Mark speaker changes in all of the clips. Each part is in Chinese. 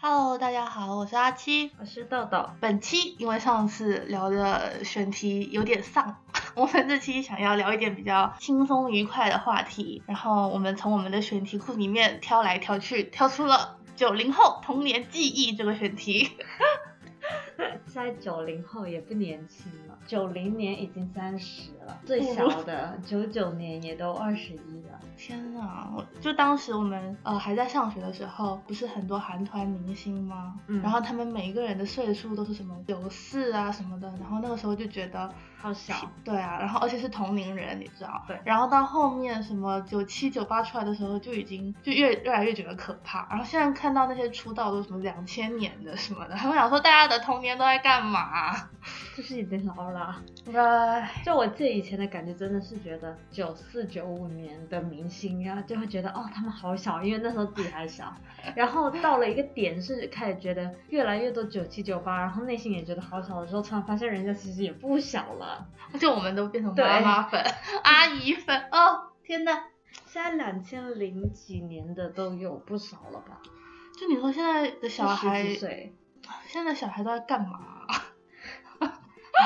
Speaker 1: Hello，大家好，我是阿七。
Speaker 2: 我呃是豆豆，
Speaker 1: 本期因为上次聊的选题有点丧， 我们这期想要聊一点比较轻松愉快的话题，然后我们从我们的选题库里面挑来挑去，挑出了九零后童年记忆这个选题。
Speaker 2: 现在九零后也不年轻了，九零年已经三十了，最小的九九年也都二十一了。
Speaker 1: 天哪！我就当时我们呃还在上学的时候，不是很多韩团明星吗？
Speaker 2: 嗯
Speaker 1: 然后他们每一个人的岁数都是什么九四啊什么的，然后那个时候就觉得
Speaker 2: 好小，
Speaker 1: 对啊，然后而且是同龄人，你知道？
Speaker 2: 对
Speaker 1: 然后到后面什么九七九八出来的时候，就已经就越越来越觉得可怕。然后现在看到那些出道都什么两千年的什么的，我想说大家的童年都在干嘛？
Speaker 2: 就是已经老了。
Speaker 1: 唉，
Speaker 2: 就我记得以前的感觉，真的是觉得九四九五年的明星呀、就会觉得哦，他们好小，因为那时候自己还 小。然后到了一个点，是开始觉得越来越多九七九八，然后内心也觉得好小的时候，突然发现人家其实也不小了。
Speaker 1: 而且我们都变成
Speaker 2: 对
Speaker 1: 妈妈 粉、阿姨粉哦，天呐！
Speaker 2: 现在两千零几年的都有不少了吧？
Speaker 1: 就你说现在的小孩
Speaker 2: 就十，几 岁。
Speaker 1: 现在的小孩都在干嘛？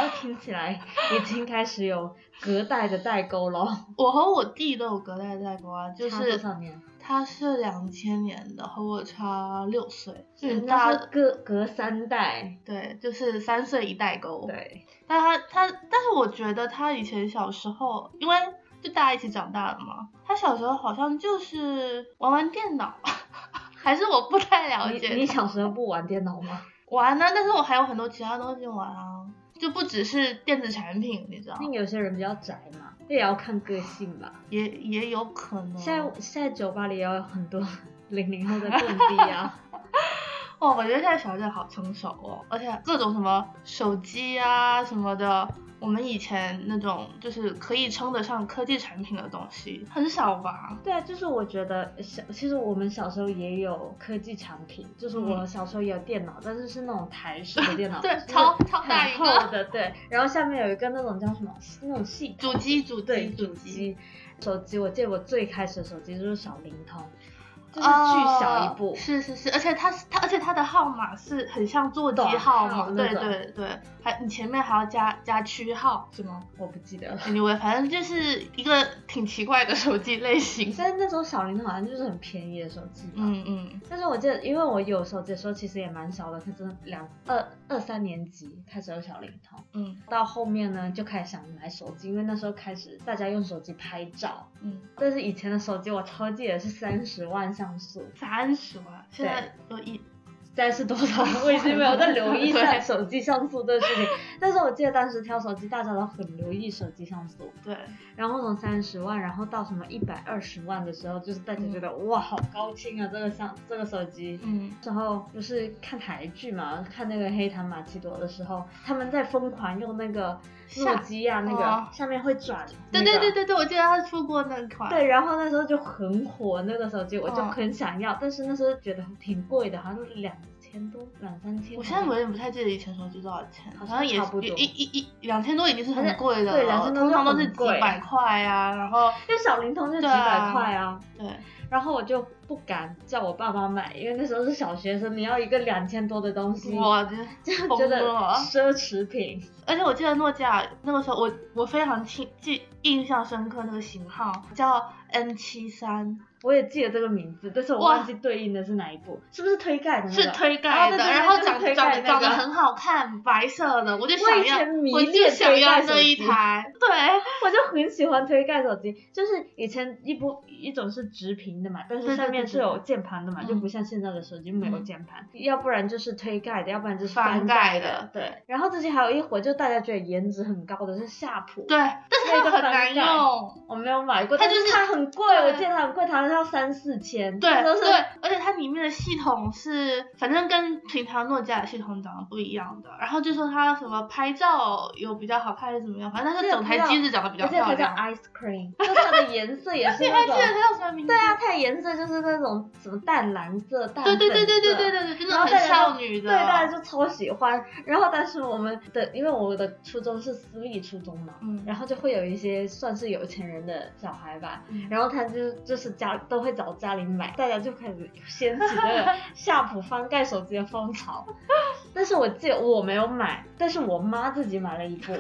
Speaker 2: 这听起来已经开始有隔代的代沟了。
Speaker 1: 我和我弟都有隔代代沟啊， 就
Speaker 2: 差多
Speaker 1: 是
Speaker 2: 少年？
Speaker 1: 他是两千年的，和我差六岁，就
Speaker 2: 人
Speaker 1: 很
Speaker 2: 家
Speaker 1: 大
Speaker 2: 说隔隔三代。
Speaker 1: 对，就是三岁一代沟。，
Speaker 2: 对，
Speaker 1: 但他他，但是我觉得他以前小时候，因为就大家一起长大了嘛，他小时候好像就是玩玩电脑， 还是我不太了
Speaker 2: 你
Speaker 1: 解
Speaker 2: 你小时候不玩电脑吗？
Speaker 1: 玩呢、但是我还有很多其他东西玩啊，就不只是电子产品，你知道
Speaker 2: 那，有些人比较宅嘛，这也要看个性吧。
Speaker 1: 也也有可能。
Speaker 2: 现在现在酒吧里也有很 多零零后在蹦迪啊，
Speaker 1: 哦，我觉得现在小孩真的好成熟哦，而且各种什么手机啊什么的，我们以前那种就是可以称得上科技产品的东西很少吧？
Speaker 2: 对啊，就是我觉得小，其实我们小时候也有科技产品，就是我
Speaker 1: 嗯
Speaker 2: 小时候也有电脑，但是是那种台式 的电脑，
Speaker 1: 对
Speaker 2: 就是
Speaker 1: 超超
Speaker 2: 很
Speaker 1: 大一个
Speaker 2: 厚的，对，然后下面有一个那种叫什么那种系
Speaker 1: 主机主
Speaker 2: 对
Speaker 1: 机主机，
Speaker 2: 手机，我记得我最开始的手机就是小灵通，
Speaker 1: 就
Speaker 2: 就是巨小一部，
Speaker 1: 哦是是是，而且它是它，而且它的号码是很像座机
Speaker 2: 短
Speaker 1: 号码，
Speaker 2: 号那
Speaker 1: 对
Speaker 2: 种
Speaker 1: 对对，还你前面还要加加区号是吗
Speaker 2: 我不记得了。
Speaker 1: ？Anyway，反正就是一个挺奇怪的手机类型。
Speaker 2: 但是那时候小灵通好像就是很便宜的手机吧。
Speaker 1: 嗯嗯，
Speaker 2: 但是我记得，因为我有手机的时候其实也蛮小的，可能两二二三年级开始有小灵通，
Speaker 1: 嗯
Speaker 2: 到后面呢就开始想买手机，因为那时候开始大家用手机拍照。
Speaker 1: 嗯，
Speaker 2: 但是以前的手机我超记得是三十万像素，
Speaker 1: 三十万，现在有一
Speaker 2: 现在是多少？ 我已经没有在留意
Speaker 1: 对
Speaker 2: 像手机像素这个事情。但是我记得当时挑手机，大家都很留意手机像素，
Speaker 1: 对，
Speaker 2: 然后从三十万，然后到什么一百二十万的时候，就是大家觉得、哇，好高清啊，这个像这个手机。
Speaker 1: 嗯，
Speaker 2: 之后不是看台剧嘛，看那个《黑糖玛奇朵》的时候，他们在疯狂用那个诺
Speaker 1: 下
Speaker 2: 基亚那
Speaker 1: 哦
Speaker 2: 个下面会转、那
Speaker 1: 对
Speaker 2: 个，
Speaker 1: 对对对对，我记得他出过那款，
Speaker 2: 对，然后那时候就很火那个手机，我就
Speaker 1: 嗯
Speaker 2: 很想要，但是那时候觉得挺贵的，好像两千多、两三千。
Speaker 1: 我现在有点不太记得以前手机多少钱，
Speaker 2: 好像
Speaker 1: 像也
Speaker 2: 差不
Speaker 1: 也
Speaker 2: 多
Speaker 1: 一一一两千多已经是
Speaker 2: 反
Speaker 1: 很
Speaker 2: 正
Speaker 1: 贵的了，
Speaker 2: 对2000多
Speaker 1: 通常都是
Speaker 2: 很
Speaker 1: 几
Speaker 2: 贵
Speaker 1: 百块啊，然后
Speaker 2: 因为小灵通就几
Speaker 1: 对啊
Speaker 2: 百块啊，
Speaker 1: 对，
Speaker 2: 然后我就不敢叫我爸妈买，因为那时候是小学生，你要一个两千多的东西，
Speaker 1: 我这
Speaker 2: 就
Speaker 1: 疯
Speaker 2: 觉得
Speaker 1: 了
Speaker 2: 奢侈品。
Speaker 1: 而且我记得诺基亚那个时候我，我非常清记印象深刻那个型号叫 N 七三，
Speaker 2: 我也记得这个名字，但是我
Speaker 1: 哇
Speaker 2: 忘记对应的是哪一部，是不是推盖的、那个？
Speaker 1: 是推盖的，
Speaker 2: 哦对对对
Speaker 1: 然后
Speaker 2: 就是
Speaker 1: 长
Speaker 2: 推
Speaker 1: 长
Speaker 2: 盖
Speaker 1: 得
Speaker 2: 那
Speaker 1: 长得
Speaker 2: 个
Speaker 1: 很好看，白色的，我就
Speaker 2: 我
Speaker 1: 想
Speaker 2: 以
Speaker 1: 要
Speaker 2: 前，迷
Speaker 1: 我就
Speaker 2: 恋
Speaker 1: 想
Speaker 2: 推
Speaker 1: 要
Speaker 2: 盖
Speaker 1: 那
Speaker 2: 手
Speaker 1: 一
Speaker 2: 机
Speaker 1: 台，对，
Speaker 2: 我就很喜欢推盖手机，就是以前一部一种是直屏的嘛，但
Speaker 1: 对对
Speaker 2: 是上面
Speaker 1: 对
Speaker 2: 是有键盘的嘛，
Speaker 1: 嗯
Speaker 2: 就不像现在的手机没有键盘，要不然就是推盖的，要不然就是
Speaker 1: 翻
Speaker 2: 翻
Speaker 1: 盖
Speaker 2: 盖
Speaker 1: 的
Speaker 2: 对，然后之前还有一伙，就大家觉得颜值很高的是夏普，
Speaker 1: 对，但是
Speaker 2: 那
Speaker 1: 它
Speaker 2: 个
Speaker 1: 很难
Speaker 2: 翻盖
Speaker 1: 用。
Speaker 2: 我没有买过，
Speaker 1: 它
Speaker 2: 但
Speaker 1: 就是
Speaker 2: 它很贵，
Speaker 1: 对
Speaker 2: 我记得它很贵，它要三四千，
Speaker 1: 对
Speaker 2: 都是
Speaker 1: 对，而且它里面的系统是，反正跟平常诺基亚的系统长得不一样的。然后就说它什么拍照有比较好看还是怎么样，反正它是
Speaker 2: 对
Speaker 1: 整台
Speaker 2: 我知道
Speaker 1: 机子长得比较
Speaker 2: 而且
Speaker 1: 漂
Speaker 2: 它叫
Speaker 1: 亮。
Speaker 2: ice cream，就是它的颜色也是那
Speaker 1: 记
Speaker 2: 种
Speaker 1: 得。它叫什么名字？
Speaker 2: 对啊，它的颜色就是那种什么淡蓝色、淡
Speaker 1: 对对对
Speaker 2: 粉
Speaker 1: 对对
Speaker 2: 色
Speaker 1: 对对对，真的
Speaker 2: 然后
Speaker 1: 很
Speaker 2: 大家
Speaker 1: 少
Speaker 2: 就
Speaker 1: 女的，
Speaker 2: 对，大家就超喜欢。然后，但是我们的，因为我的初中是私立初中嘛，
Speaker 1: 嗯
Speaker 2: 然后就会有一些算是有钱人的小孩吧，
Speaker 1: 嗯
Speaker 2: 然后他就就是家都会找家里买，大家就开始掀起这个夏普翻盖手机的风潮。但是我记得我没有买，但是我妈自己买了一部。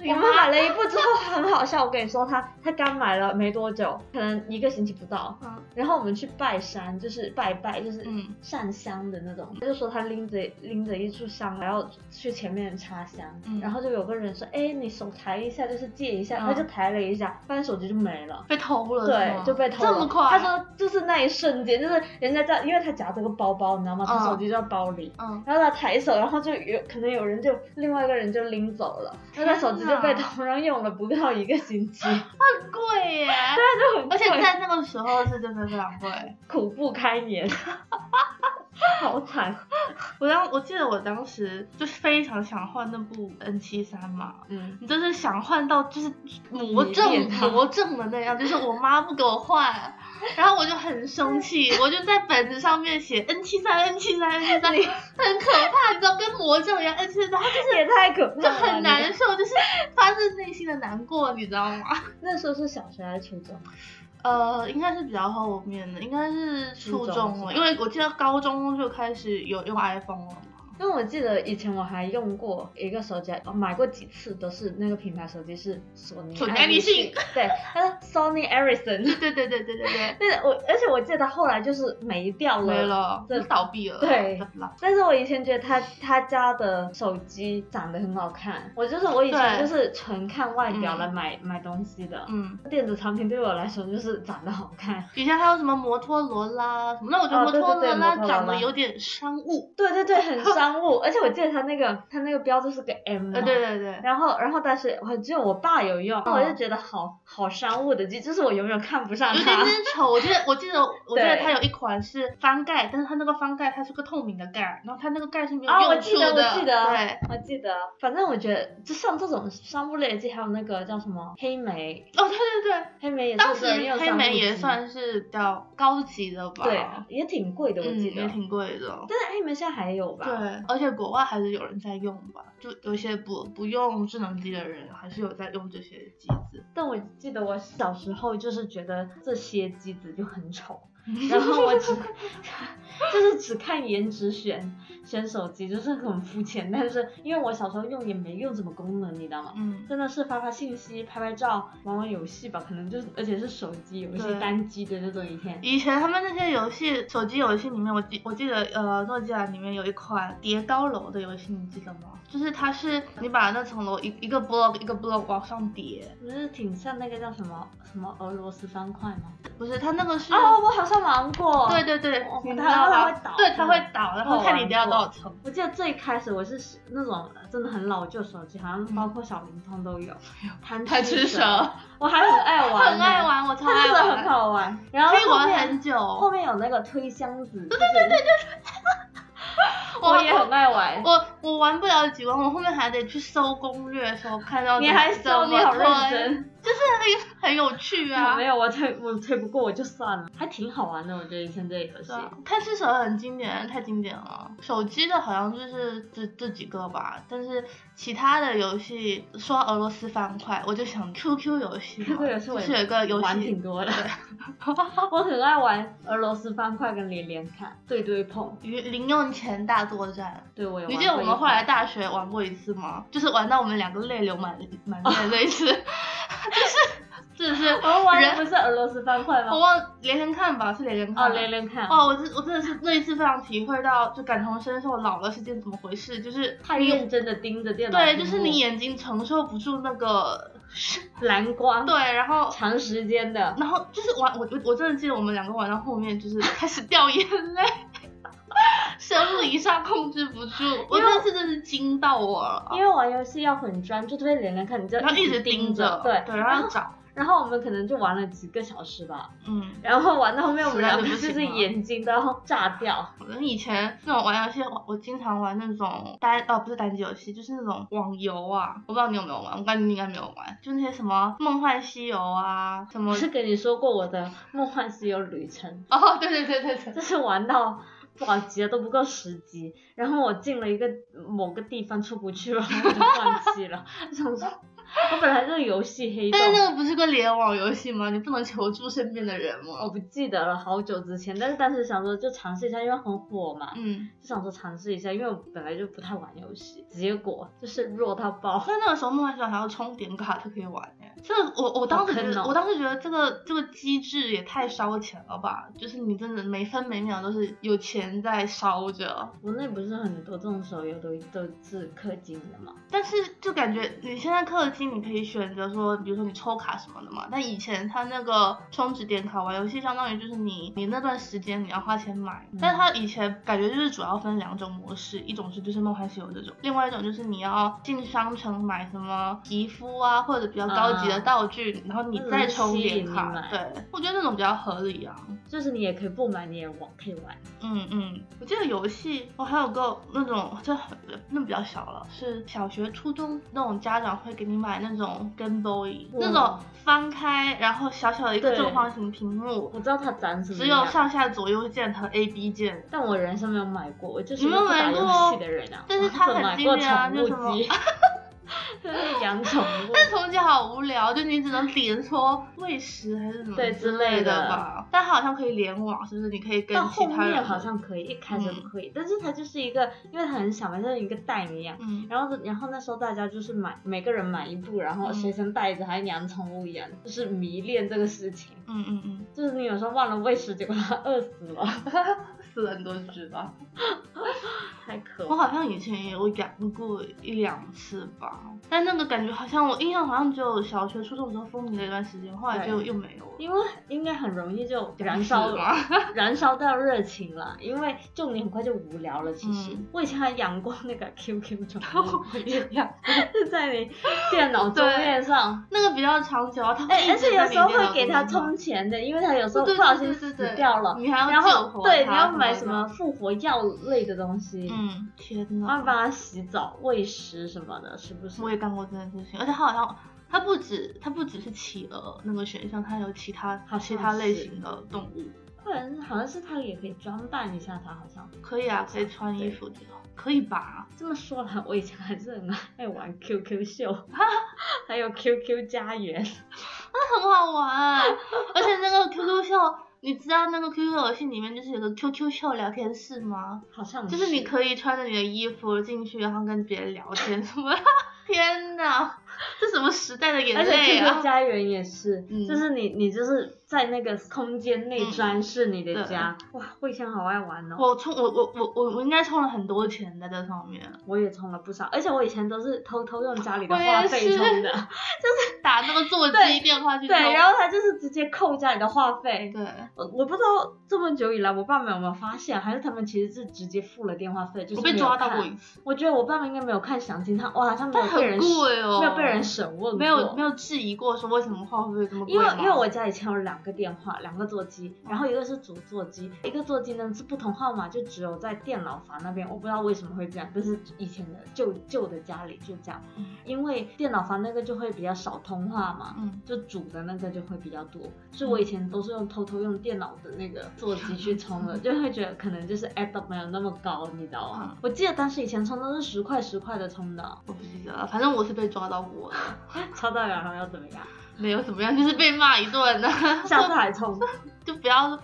Speaker 2: 我妈买了一部之后很好笑，我跟你说，她她刚买了没多久，可能一个星期不到，
Speaker 1: 嗯
Speaker 2: 然后我们去拜山，就是拜拜，就是
Speaker 1: 嗯
Speaker 2: 上香的那种。他就说他拎着拎着一束香，然后去前面插香，
Speaker 1: 嗯
Speaker 2: 然后就有个人说：“哎，你手抬一下，就是借一下。
Speaker 1: 嗯
Speaker 2: 他就抬了一下，发现手机就没了。
Speaker 1: 被偷了，是
Speaker 2: 对
Speaker 1: 吗，
Speaker 2: 就被偷了。
Speaker 1: 这么快？
Speaker 2: 他，说就是那一瞬间，就是人家在，因为他夹着个包包，你知道吗？他
Speaker 1: 嗯
Speaker 2: 手机就在包里，
Speaker 1: 嗯，
Speaker 2: 然后他抬手，然后就有可能有人就另外一个人就拎走了，然后他手机就被
Speaker 1: 天哪
Speaker 2: 偷，然后用了不到一个星期，
Speaker 1: 很贵耶，
Speaker 2: 就很
Speaker 1: 而且
Speaker 2: 贵
Speaker 1: 在那个时候是真的非常贵。
Speaker 2: 苦不堪言， 好惨。
Speaker 1: 我当我记得我当时就是非常想换那部 N 7 3嘛，
Speaker 2: 嗯，
Speaker 1: 你就是想换到就是魔
Speaker 2: 迷
Speaker 1: 怔
Speaker 2: 恋它
Speaker 1: 魔怔的那样，就是我妈不给我换，然后我就很生气，我就在本子上面写 N 7 3 N 7 3 N 7 3，很可怕，你知道跟魔怔一样，N 7 3
Speaker 2: 这也太可怕了，
Speaker 1: 就很难。受，就是发自内心的难过，你知道吗？
Speaker 2: 那时候是小学还是初中？啊
Speaker 1: 呃，应该是比较后面的，应该是初
Speaker 2: 初中
Speaker 1: 中
Speaker 2: 是吧
Speaker 1: 了，因为我记得高中就开始有用 iPhone 了嘛。
Speaker 2: 因为我记得以前我还用过一个手机，哦买过几次都是那个品牌手机是索尼
Speaker 1: 索尼
Speaker 2: 爱立
Speaker 1: 爱立信
Speaker 2: 信，对，它是 Sony Ericsson。
Speaker 1: 对对对对对对
Speaker 2: 对，我而且我记得它后来就是没掉
Speaker 1: 对，
Speaker 2: 了。
Speaker 1: 没了，
Speaker 2: 对
Speaker 1: 就倒闭了。
Speaker 2: 对
Speaker 1: 倒闭了
Speaker 2: 但是我以前觉得他他家的手机长得很好看，我就是我以前
Speaker 1: 对
Speaker 2: 就是纯看外表来
Speaker 1: 嗯
Speaker 2: 买、买东西的。
Speaker 1: 嗯，
Speaker 2: 电子产品对我来说就是长得好看，
Speaker 1: 以前还有什么摩托罗拉什么，那我觉得
Speaker 2: 哦
Speaker 1: 摩
Speaker 2: 对对
Speaker 1: 托
Speaker 2: 对
Speaker 1: 罗拉
Speaker 2: 摩托罗拉
Speaker 1: 长得有点商务。
Speaker 2: 对对对，很商 务，而且我记得它那个它那个标志是个 M，嘛
Speaker 1: 呃，对对 对，
Speaker 2: 然后，然后但是我只有我爸有用，
Speaker 1: 嗯
Speaker 2: 我就觉得好好商务的机，就是我永远看不上
Speaker 1: 有点
Speaker 2: 它。
Speaker 1: 点丑。我记得我记得我记得
Speaker 2: 对
Speaker 1: 它有一款是翻盖，但是它那个翻盖它是个透明的盖，然后它那个盖是没有
Speaker 2: 啊、我
Speaker 1: 用
Speaker 2: 记
Speaker 1: 处
Speaker 2: 得，
Speaker 1: 的。
Speaker 2: 我记得
Speaker 1: 对，，
Speaker 2: 我记得，反正我觉得，就像这种商务类的机，还有那个叫什么黑莓，
Speaker 1: 哦对对对，
Speaker 2: 黑莓也是
Speaker 1: 当时
Speaker 2: 个人用
Speaker 1: 黑
Speaker 2: 商务
Speaker 1: 莓也
Speaker 2: 机
Speaker 1: 算是比较高级的吧，
Speaker 2: 对，啊也挺贵的，我
Speaker 1: 嗯，
Speaker 2: 记得。
Speaker 1: 也挺贵的。
Speaker 2: 但是黑莓现在还有吧？
Speaker 1: 对，而且国外还是有人在用吧，就有一些不不用智能机的人，还是有在用这些机子。
Speaker 2: 但我记得我小时候就是觉得这些机子就 很丑，然后我只 就是只看颜值选选手机，就是很肤浅。但是因为我小时候用也没用什么功能，你知道吗？
Speaker 1: 嗯，
Speaker 2: 真的是发发信息、拍拍照、玩玩游戏吧，可能就是而且是手机游戏
Speaker 1: 对
Speaker 2: 单机的那种一天。
Speaker 1: 以前他们那些游戏，手机游戏里面，我记我记得，呃，诺基亚里面有一款叠高楼的游戏，你记得吗？就是它是你把那层楼一一个 block 一个 block 往上叠，
Speaker 2: 不是挺像那个叫什么什么俄罗斯方块吗？
Speaker 1: 不是它那个是，
Speaker 2: 哦，我好像玩过。
Speaker 1: 对对对
Speaker 2: 哦，
Speaker 1: 你知
Speaker 2: 它
Speaker 1: 道
Speaker 2: 它
Speaker 1: 吧？
Speaker 2: 会倒
Speaker 1: 对，
Speaker 2: 是
Speaker 1: 它
Speaker 2: 吗哦
Speaker 1: 会倒，然后
Speaker 2: 我
Speaker 1: 看
Speaker 2: 玩
Speaker 1: 你掉
Speaker 2: 过
Speaker 1: 多少层。
Speaker 2: 我记得最开始我是使那种真的很老旧手机，好像包括小灵通都 有，贪
Speaker 1: 嗯贪吃蛇，
Speaker 2: 我还很爱 玩，
Speaker 1: 很爱，玩，我超
Speaker 2: 贪
Speaker 1: 爱
Speaker 2: 吃蛇很
Speaker 1: 玩，
Speaker 2: 好玩，然后
Speaker 1: 可以
Speaker 2: 后
Speaker 1: 玩
Speaker 2: 面
Speaker 1: 很久。
Speaker 2: 后面有那个推箱子，对对对对
Speaker 1: 我
Speaker 2: 我也很爱玩。
Speaker 1: 我我玩不了几关，我后面还得去搜攻略的时候看到
Speaker 2: 你还
Speaker 1: 怎么
Speaker 2: 说你好
Speaker 1: 推
Speaker 2: 认，真，
Speaker 1: 就是很很有趣啊。
Speaker 2: 没有我推我推不过我就算了，还挺好玩的，我觉得以前这游戏
Speaker 1: 对。啊，贪吃蛇很经典，太经典了。手机的好像就是这这几个吧，但是其他的游戏说俄罗斯方块，我就想 QQ 游戏嘛，
Speaker 2: 这个游戏
Speaker 1: 就
Speaker 2: 我
Speaker 1: 是有一个游
Speaker 2: 玩
Speaker 1: 戏
Speaker 2: 挺多的， 我很爱玩俄罗斯方块跟连连看、对对碰，
Speaker 1: 零零用钱大作战。
Speaker 2: 对我有
Speaker 1: 你
Speaker 2: 玩过一款。
Speaker 1: 记得我们后来大学玩过一次吗？就是玩到我们两个泪流 满满面的那一次，就是就是
Speaker 2: 我们玩
Speaker 1: 人
Speaker 2: 的不是俄罗斯方块吗
Speaker 1: 我？忘连连看吧，是连连看。
Speaker 2: 哦，连连看，
Speaker 1: 哦，我真我真的是那一次非常体会到，就感同身受老了是件怎么回事，就是
Speaker 2: 太
Speaker 1: 你
Speaker 2: 认真的盯着电脑屏
Speaker 1: 对，
Speaker 2: 幕，
Speaker 1: 就是你眼睛承受不住那个，
Speaker 2: 蓝光，，
Speaker 1: 对，然后
Speaker 2: 长时间的，
Speaker 1: 然后就是玩我我我真的记得我们两个玩到后面就是 开始掉眼泪， 生理上控制不住，我那次真是惊到我了，
Speaker 2: 因为玩游戏要很专注，特别连连看，你就
Speaker 1: 嗯然后一直
Speaker 2: 盯
Speaker 1: 盯着，
Speaker 2: 对，
Speaker 1: 对，然后找，
Speaker 2: 然后我们可能就玩了几个小时吧，
Speaker 1: 嗯，
Speaker 2: 然后玩到后面我
Speaker 1: 实
Speaker 2: 们
Speaker 1: 在
Speaker 2: 两
Speaker 1: 是
Speaker 2: 个
Speaker 1: 不
Speaker 2: 就是
Speaker 1: 行了
Speaker 2: 眼睛都要炸 掉。
Speaker 1: 我们以前那种玩游戏，我我经常玩那种单哦，不是单机游戏，就是那种网游啊。我不知道你有没有玩，我感觉你应该没有玩，就那些什么《梦幻西游》啊，什
Speaker 2: 我
Speaker 1: 么
Speaker 2: 是跟你说过我的《梦幻西游》旅程，
Speaker 1: 哦，对对对对对，
Speaker 2: 就是玩到保级了都不够十级，然后我进了一个某个地方出不去了，我就放弃了。 想说，我本来就是游戏黑洞
Speaker 1: 但，是那个不是个联网游戏吗？你不能求助身边的人
Speaker 2: 我
Speaker 1: 吗？
Speaker 2: 不记得了，好久之前。但是当时想说就尝试一下，因为很火嘛，
Speaker 1: 嗯，
Speaker 2: 就想说尝试一下，因为我本来就不太玩游戏，结果就是弱到爆。
Speaker 1: 但那个时候梦幻西游还要充点卡才可以玩哎、这个我我当时觉
Speaker 2: 好
Speaker 1: 得，
Speaker 2: 坑哦
Speaker 1: 我当时觉得这个这个机制也太烧钱了吧，就是你真的每分每秒都是有钱在烧着，
Speaker 2: 国内不是很多这种手游都都是氪金的嘛？
Speaker 1: 但是就感觉你现在氪金，你可以选择说，比如说你抽卡什么的嘛。但以前它那个充值点卡玩游戏，相当于就是你你那段时间你要花钱买。
Speaker 2: 嗯
Speaker 1: 但它以前感觉就是主要分两种模式，一种是就是梦幻西游这种，另外一种就是你要进商城买什么皮肤啊，或者比较高级的
Speaker 2: 啊嗯
Speaker 1: 道具，然后你再充点卡
Speaker 2: 那种。吸
Speaker 1: 对，我觉得那种比较合理啊。
Speaker 2: 就是你也可以不买，你也玩可以玩。
Speaker 1: 嗯嗯，我记得游戏，我、还有个那种，这很那比较小了，是小学、初中那种家长会给你买那种 Game Boy，、
Speaker 2: 哇
Speaker 1: 那种翻开然后小小的一个
Speaker 2: 对
Speaker 1: 正方形屏幕，
Speaker 2: 我知道它长什么
Speaker 1: 只有
Speaker 2: 样，
Speaker 1: 上下左右键和 A B 键。
Speaker 2: 但我人生没有买过，我就是
Speaker 1: 你
Speaker 2: 一
Speaker 1: 没
Speaker 2: 个
Speaker 1: 有
Speaker 2: 不打
Speaker 1: 买
Speaker 2: 游
Speaker 1: 过
Speaker 2: 戏的人啊。
Speaker 1: 但是
Speaker 2: 我
Speaker 1: 它
Speaker 2: 只
Speaker 1: 很
Speaker 2: 买
Speaker 1: 经
Speaker 2: 过
Speaker 1: 典啊
Speaker 2: 宠
Speaker 1: 就
Speaker 2: 物
Speaker 1: 什么
Speaker 2: 机，就是养宠物。
Speaker 1: 但从前好无聊，就你只能点说喂食还是什么
Speaker 2: 对
Speaker 1: 之
Speaker 2: 之
Speaker 1: 类
Speaker 2: 类的
Speaker 1: 的吧。但它好像可以联网，是不是？你可以跟
Speaker 2: 到
Speaker 1: 其
Speaker 2: 后
Speaker 1: 他人嗯
Speaker 2: 面好像可以，一开始不可以，但是它就是一个，因为它很小嘛，像一个蛋一样。
Speaker 1: 嗯，
Speaker 2: 然后，然后那时候大家就是买，每个人买一部，然后
Speaker 1: 嗯
Speaker 2: 随身带着，还养宠物一样，就是迷恋这个事情。
Speaker 1: 嗯嗯嗯，
Speaker 2: 就是你有时候忘了喂食，结果它饿死了，
Speaker 1: 死了很多只吧。
Speaker 2: 太可
Speaker 1: 我
Speaker 2: 怕。
Speaker 1: 好像以前也有养过一两次吧，但那个感觉好像我印象好像只有小学、初中的时候风靡了一段时间，后来就
Speaker 2: 对
Speaker 1: 又没有了。
Speaker 2: 因为应该很容易就燃烧
Speaker 1: 是吗
Speaker 2: 燃烧掉热情了，因为就你很快就无聊了。其实、
Speaker 1: 嗯
Speaker 2: 我以前还养过那个 QQ 宠 物，
Speaker 1: 也养
Speaker 2: 是在你电脑桌面上。
Speaker 1: 那个比较长久啊，它会
Speaker 2: 哎，
Speaker 1: 一
Speaker 2: 而
Speaker 1: 直
Speaker 2: 且
Speaker 1: 在
Speaker 2: 有
Speaker 1: 你电
Speaker 2: 时候
Speaker 1: 脑
Speaker 2: 会给它
Speaker 1: 中间
Speaker 2: 充钱的，因为它有时
Speaker 1: 对
Speaker 2: 候
Speaker 1: 对
Speaker 2: 不
Speaker 1: 对
Speaker 2: 小
Speaker 1: 对
Speaker 2: 心
Speaker 1: 对
Speaker 2: 死
Speaker 1: 对
Speaker 2: 掉了，
Speaker 1: 你还要
Speaker 2: 然
Speaker 1: 救活
Speaker 2: 后对
Speaker 1: 它
Speaker 2: 你要买
Speaker 1: 什
Speaker 2: 什
Speaker 1: 么
Speaker 2: 么
Speaker 1: 的
Speaker 2: 复活药类的东西，，
Speaker 1: 嗯，天
Speaker 2: 然后
Speaker 1: 哪！
Speaker 2: 帮它洗澡、喂食什么的，是不是
Speaker 1: 我？也干过这件事情，而且它好像它不止它不只是企鹅那个选项，它有其他
Speaker 2: 好像
Speaker 1: 其他类
Speaker 2: 是
Speaker 1: 型的动物，
Speaker 2: 或者是好像是它也可以装扮一下它，好像
Speaker 1: 可以啊，可以穿衣
Speaker 2: 对
Speaker 1: 服这种，可以吧？
Speaker 2: 这么说来，我以前还是很爱玩 QQ 秀，还有 QQ 家园。
Speaker 1: 很好玩，啊而且那个 QQ 秀，你知道那个 QQ 游戏里面就是有个 QQ 秀聊天室吗？
Speaker 2: 好像
Speaker 1: 就是你可以穿着你的衣服进去，然后跟别人聊天什么的。 天哪，这什么时代的眼
Speaker 2: 而且
Speaker 1: 泪
Speaker 2: QQ
Speaker 1: 啊！
Speaker 2: 家园也是，
Speaker 1: 嗯
Speaker 2: 就是你你就是在那个空间内装饰你的家。哇，我以前好爱玩哦，
Speaker 1: 我充我我我我我应该充了很多钱在这上面，
Speaker 2: 我也充了不少，而且我以前都是偷偷用家里的
Speaker 1: 我也
Speaker 2: 话费
Speaker 1: 是
Speaker 2: 充的。
Speaker 1: 打那个座机
Speaker 2: 对
Speaker 1: 电话去
Speaker 2: 对，
Speaker 1: 充。
Speaker 2: 然后他就是直接扣家里的话费。
Speaker 1: 对，
Speaker 2: 我呃我不知道这么久以来，我爸妈有没有发现，还是他们其实是直接付了电话费，就是
Speaker 1: 我被
Speaker 2: 没有
Speaker 1: 抓到
Speaker 2: 看
Speaker 1: 过一次，
Speaker 2: 我觉得我爸妈应该没有看详情，他哇，他没
Speaker 1: 但
Speaker 2: 有被
Speaker 1: 很
Speaker 2: 人
Speaker 1: 贵哦，
Speaker 2: 没有被人审问过，
Speaker 1: 没有没有质疑过说为什么话费这么贵
Speaker 2: 因为
Speaker 1: 吗
Speaker 2: 因为我家以前有两个电话，两个座机，然后一个是主座机，一个座机呢是不同号码，就只有在电脑房那边，我不知道为什么会这样，但是以前的旧旧的家里就这样
Speaker 1: 嗯，
Speaker 2: 因为电脑房那个就会比较少通话嘛，
Speaker 1: 嗯
Speaker 2: 就主的那个就会比较多，所以我以前都是用偷偷用电脑的那个座机去 充的，就会觉得可能就是 add up 没有那么高，你知道吗？
Speaker 1: 嗯
Speaker 2: 我记得当时以前充都是十块十块的充 的，
Speaker 1: 我不记得了，反正我是被抓到过的。
Speaker 2: 超到然后要怎么样？
Speaker 1: 没有怎么样，就是被骂一顿的，
Speaker 2: 下次还充。
Speaker 1: 就不要。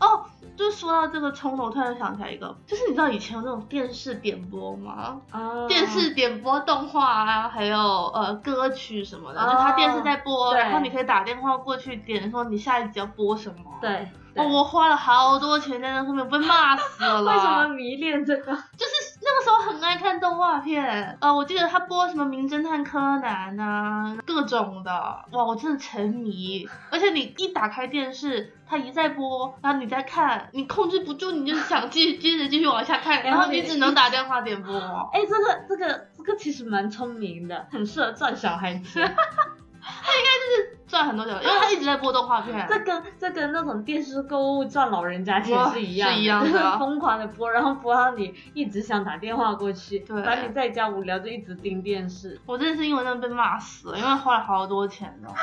Speaker 1: 哦，就是说到这个冲动，我突然想起来一个，就是你知道以前有那种电视点播吗？
Speaker 2: 啊
Speaker 1: 电视点播动画啊，还有呃歌曲什么的，
Speaker 2: 哦
Speaker 1: 就它电视在播，
Speaker 2: 对
Speaker 1: 然后你可以打电话过去点说你下一集要播什么。
Speaker 2: 对，
Speaker 1: 哦，我花了好多钱在那上面，我被骂死了。
Speaker 2: 为什么迷恋这个？
Speaker 1: 就是那个时候很爱看动画片，呃，我记得他播什么《名侦探柯南》啊，各种的，哇，我真的沉迷。而且你一打开电视，他一再播，然后你再看，你控制不住，你就想继续接着继续往下看，
Speaker 2: 然
Speaker 1: 然
Speaker 2: 后
Speaker 1: 后你
Speaker 2: 你
Speaker 1: 只能打电话点播。
Speaker 2: 哎，这个这个这个其实蛮聪明的，很适合赚小孩钱。
Speaker 1: 就是赚很多钱，因为他一直在播动画片。
Speaker 2: 这跟这跟嗯那种电视购物赚老人家钱
Speaker 1: 哇
Speaker 2: 是一样
Speaker 1: 是一样的啊
Speaker 2: 疯狂的播，然后播到你一直想打电话过去，
Speaker 1: 对
Speaker 2: 把你在家无聊就一直盯电视。
Speaker 1: 我这次因为真的被骂死了，因为花了好多钱， 你知道吗？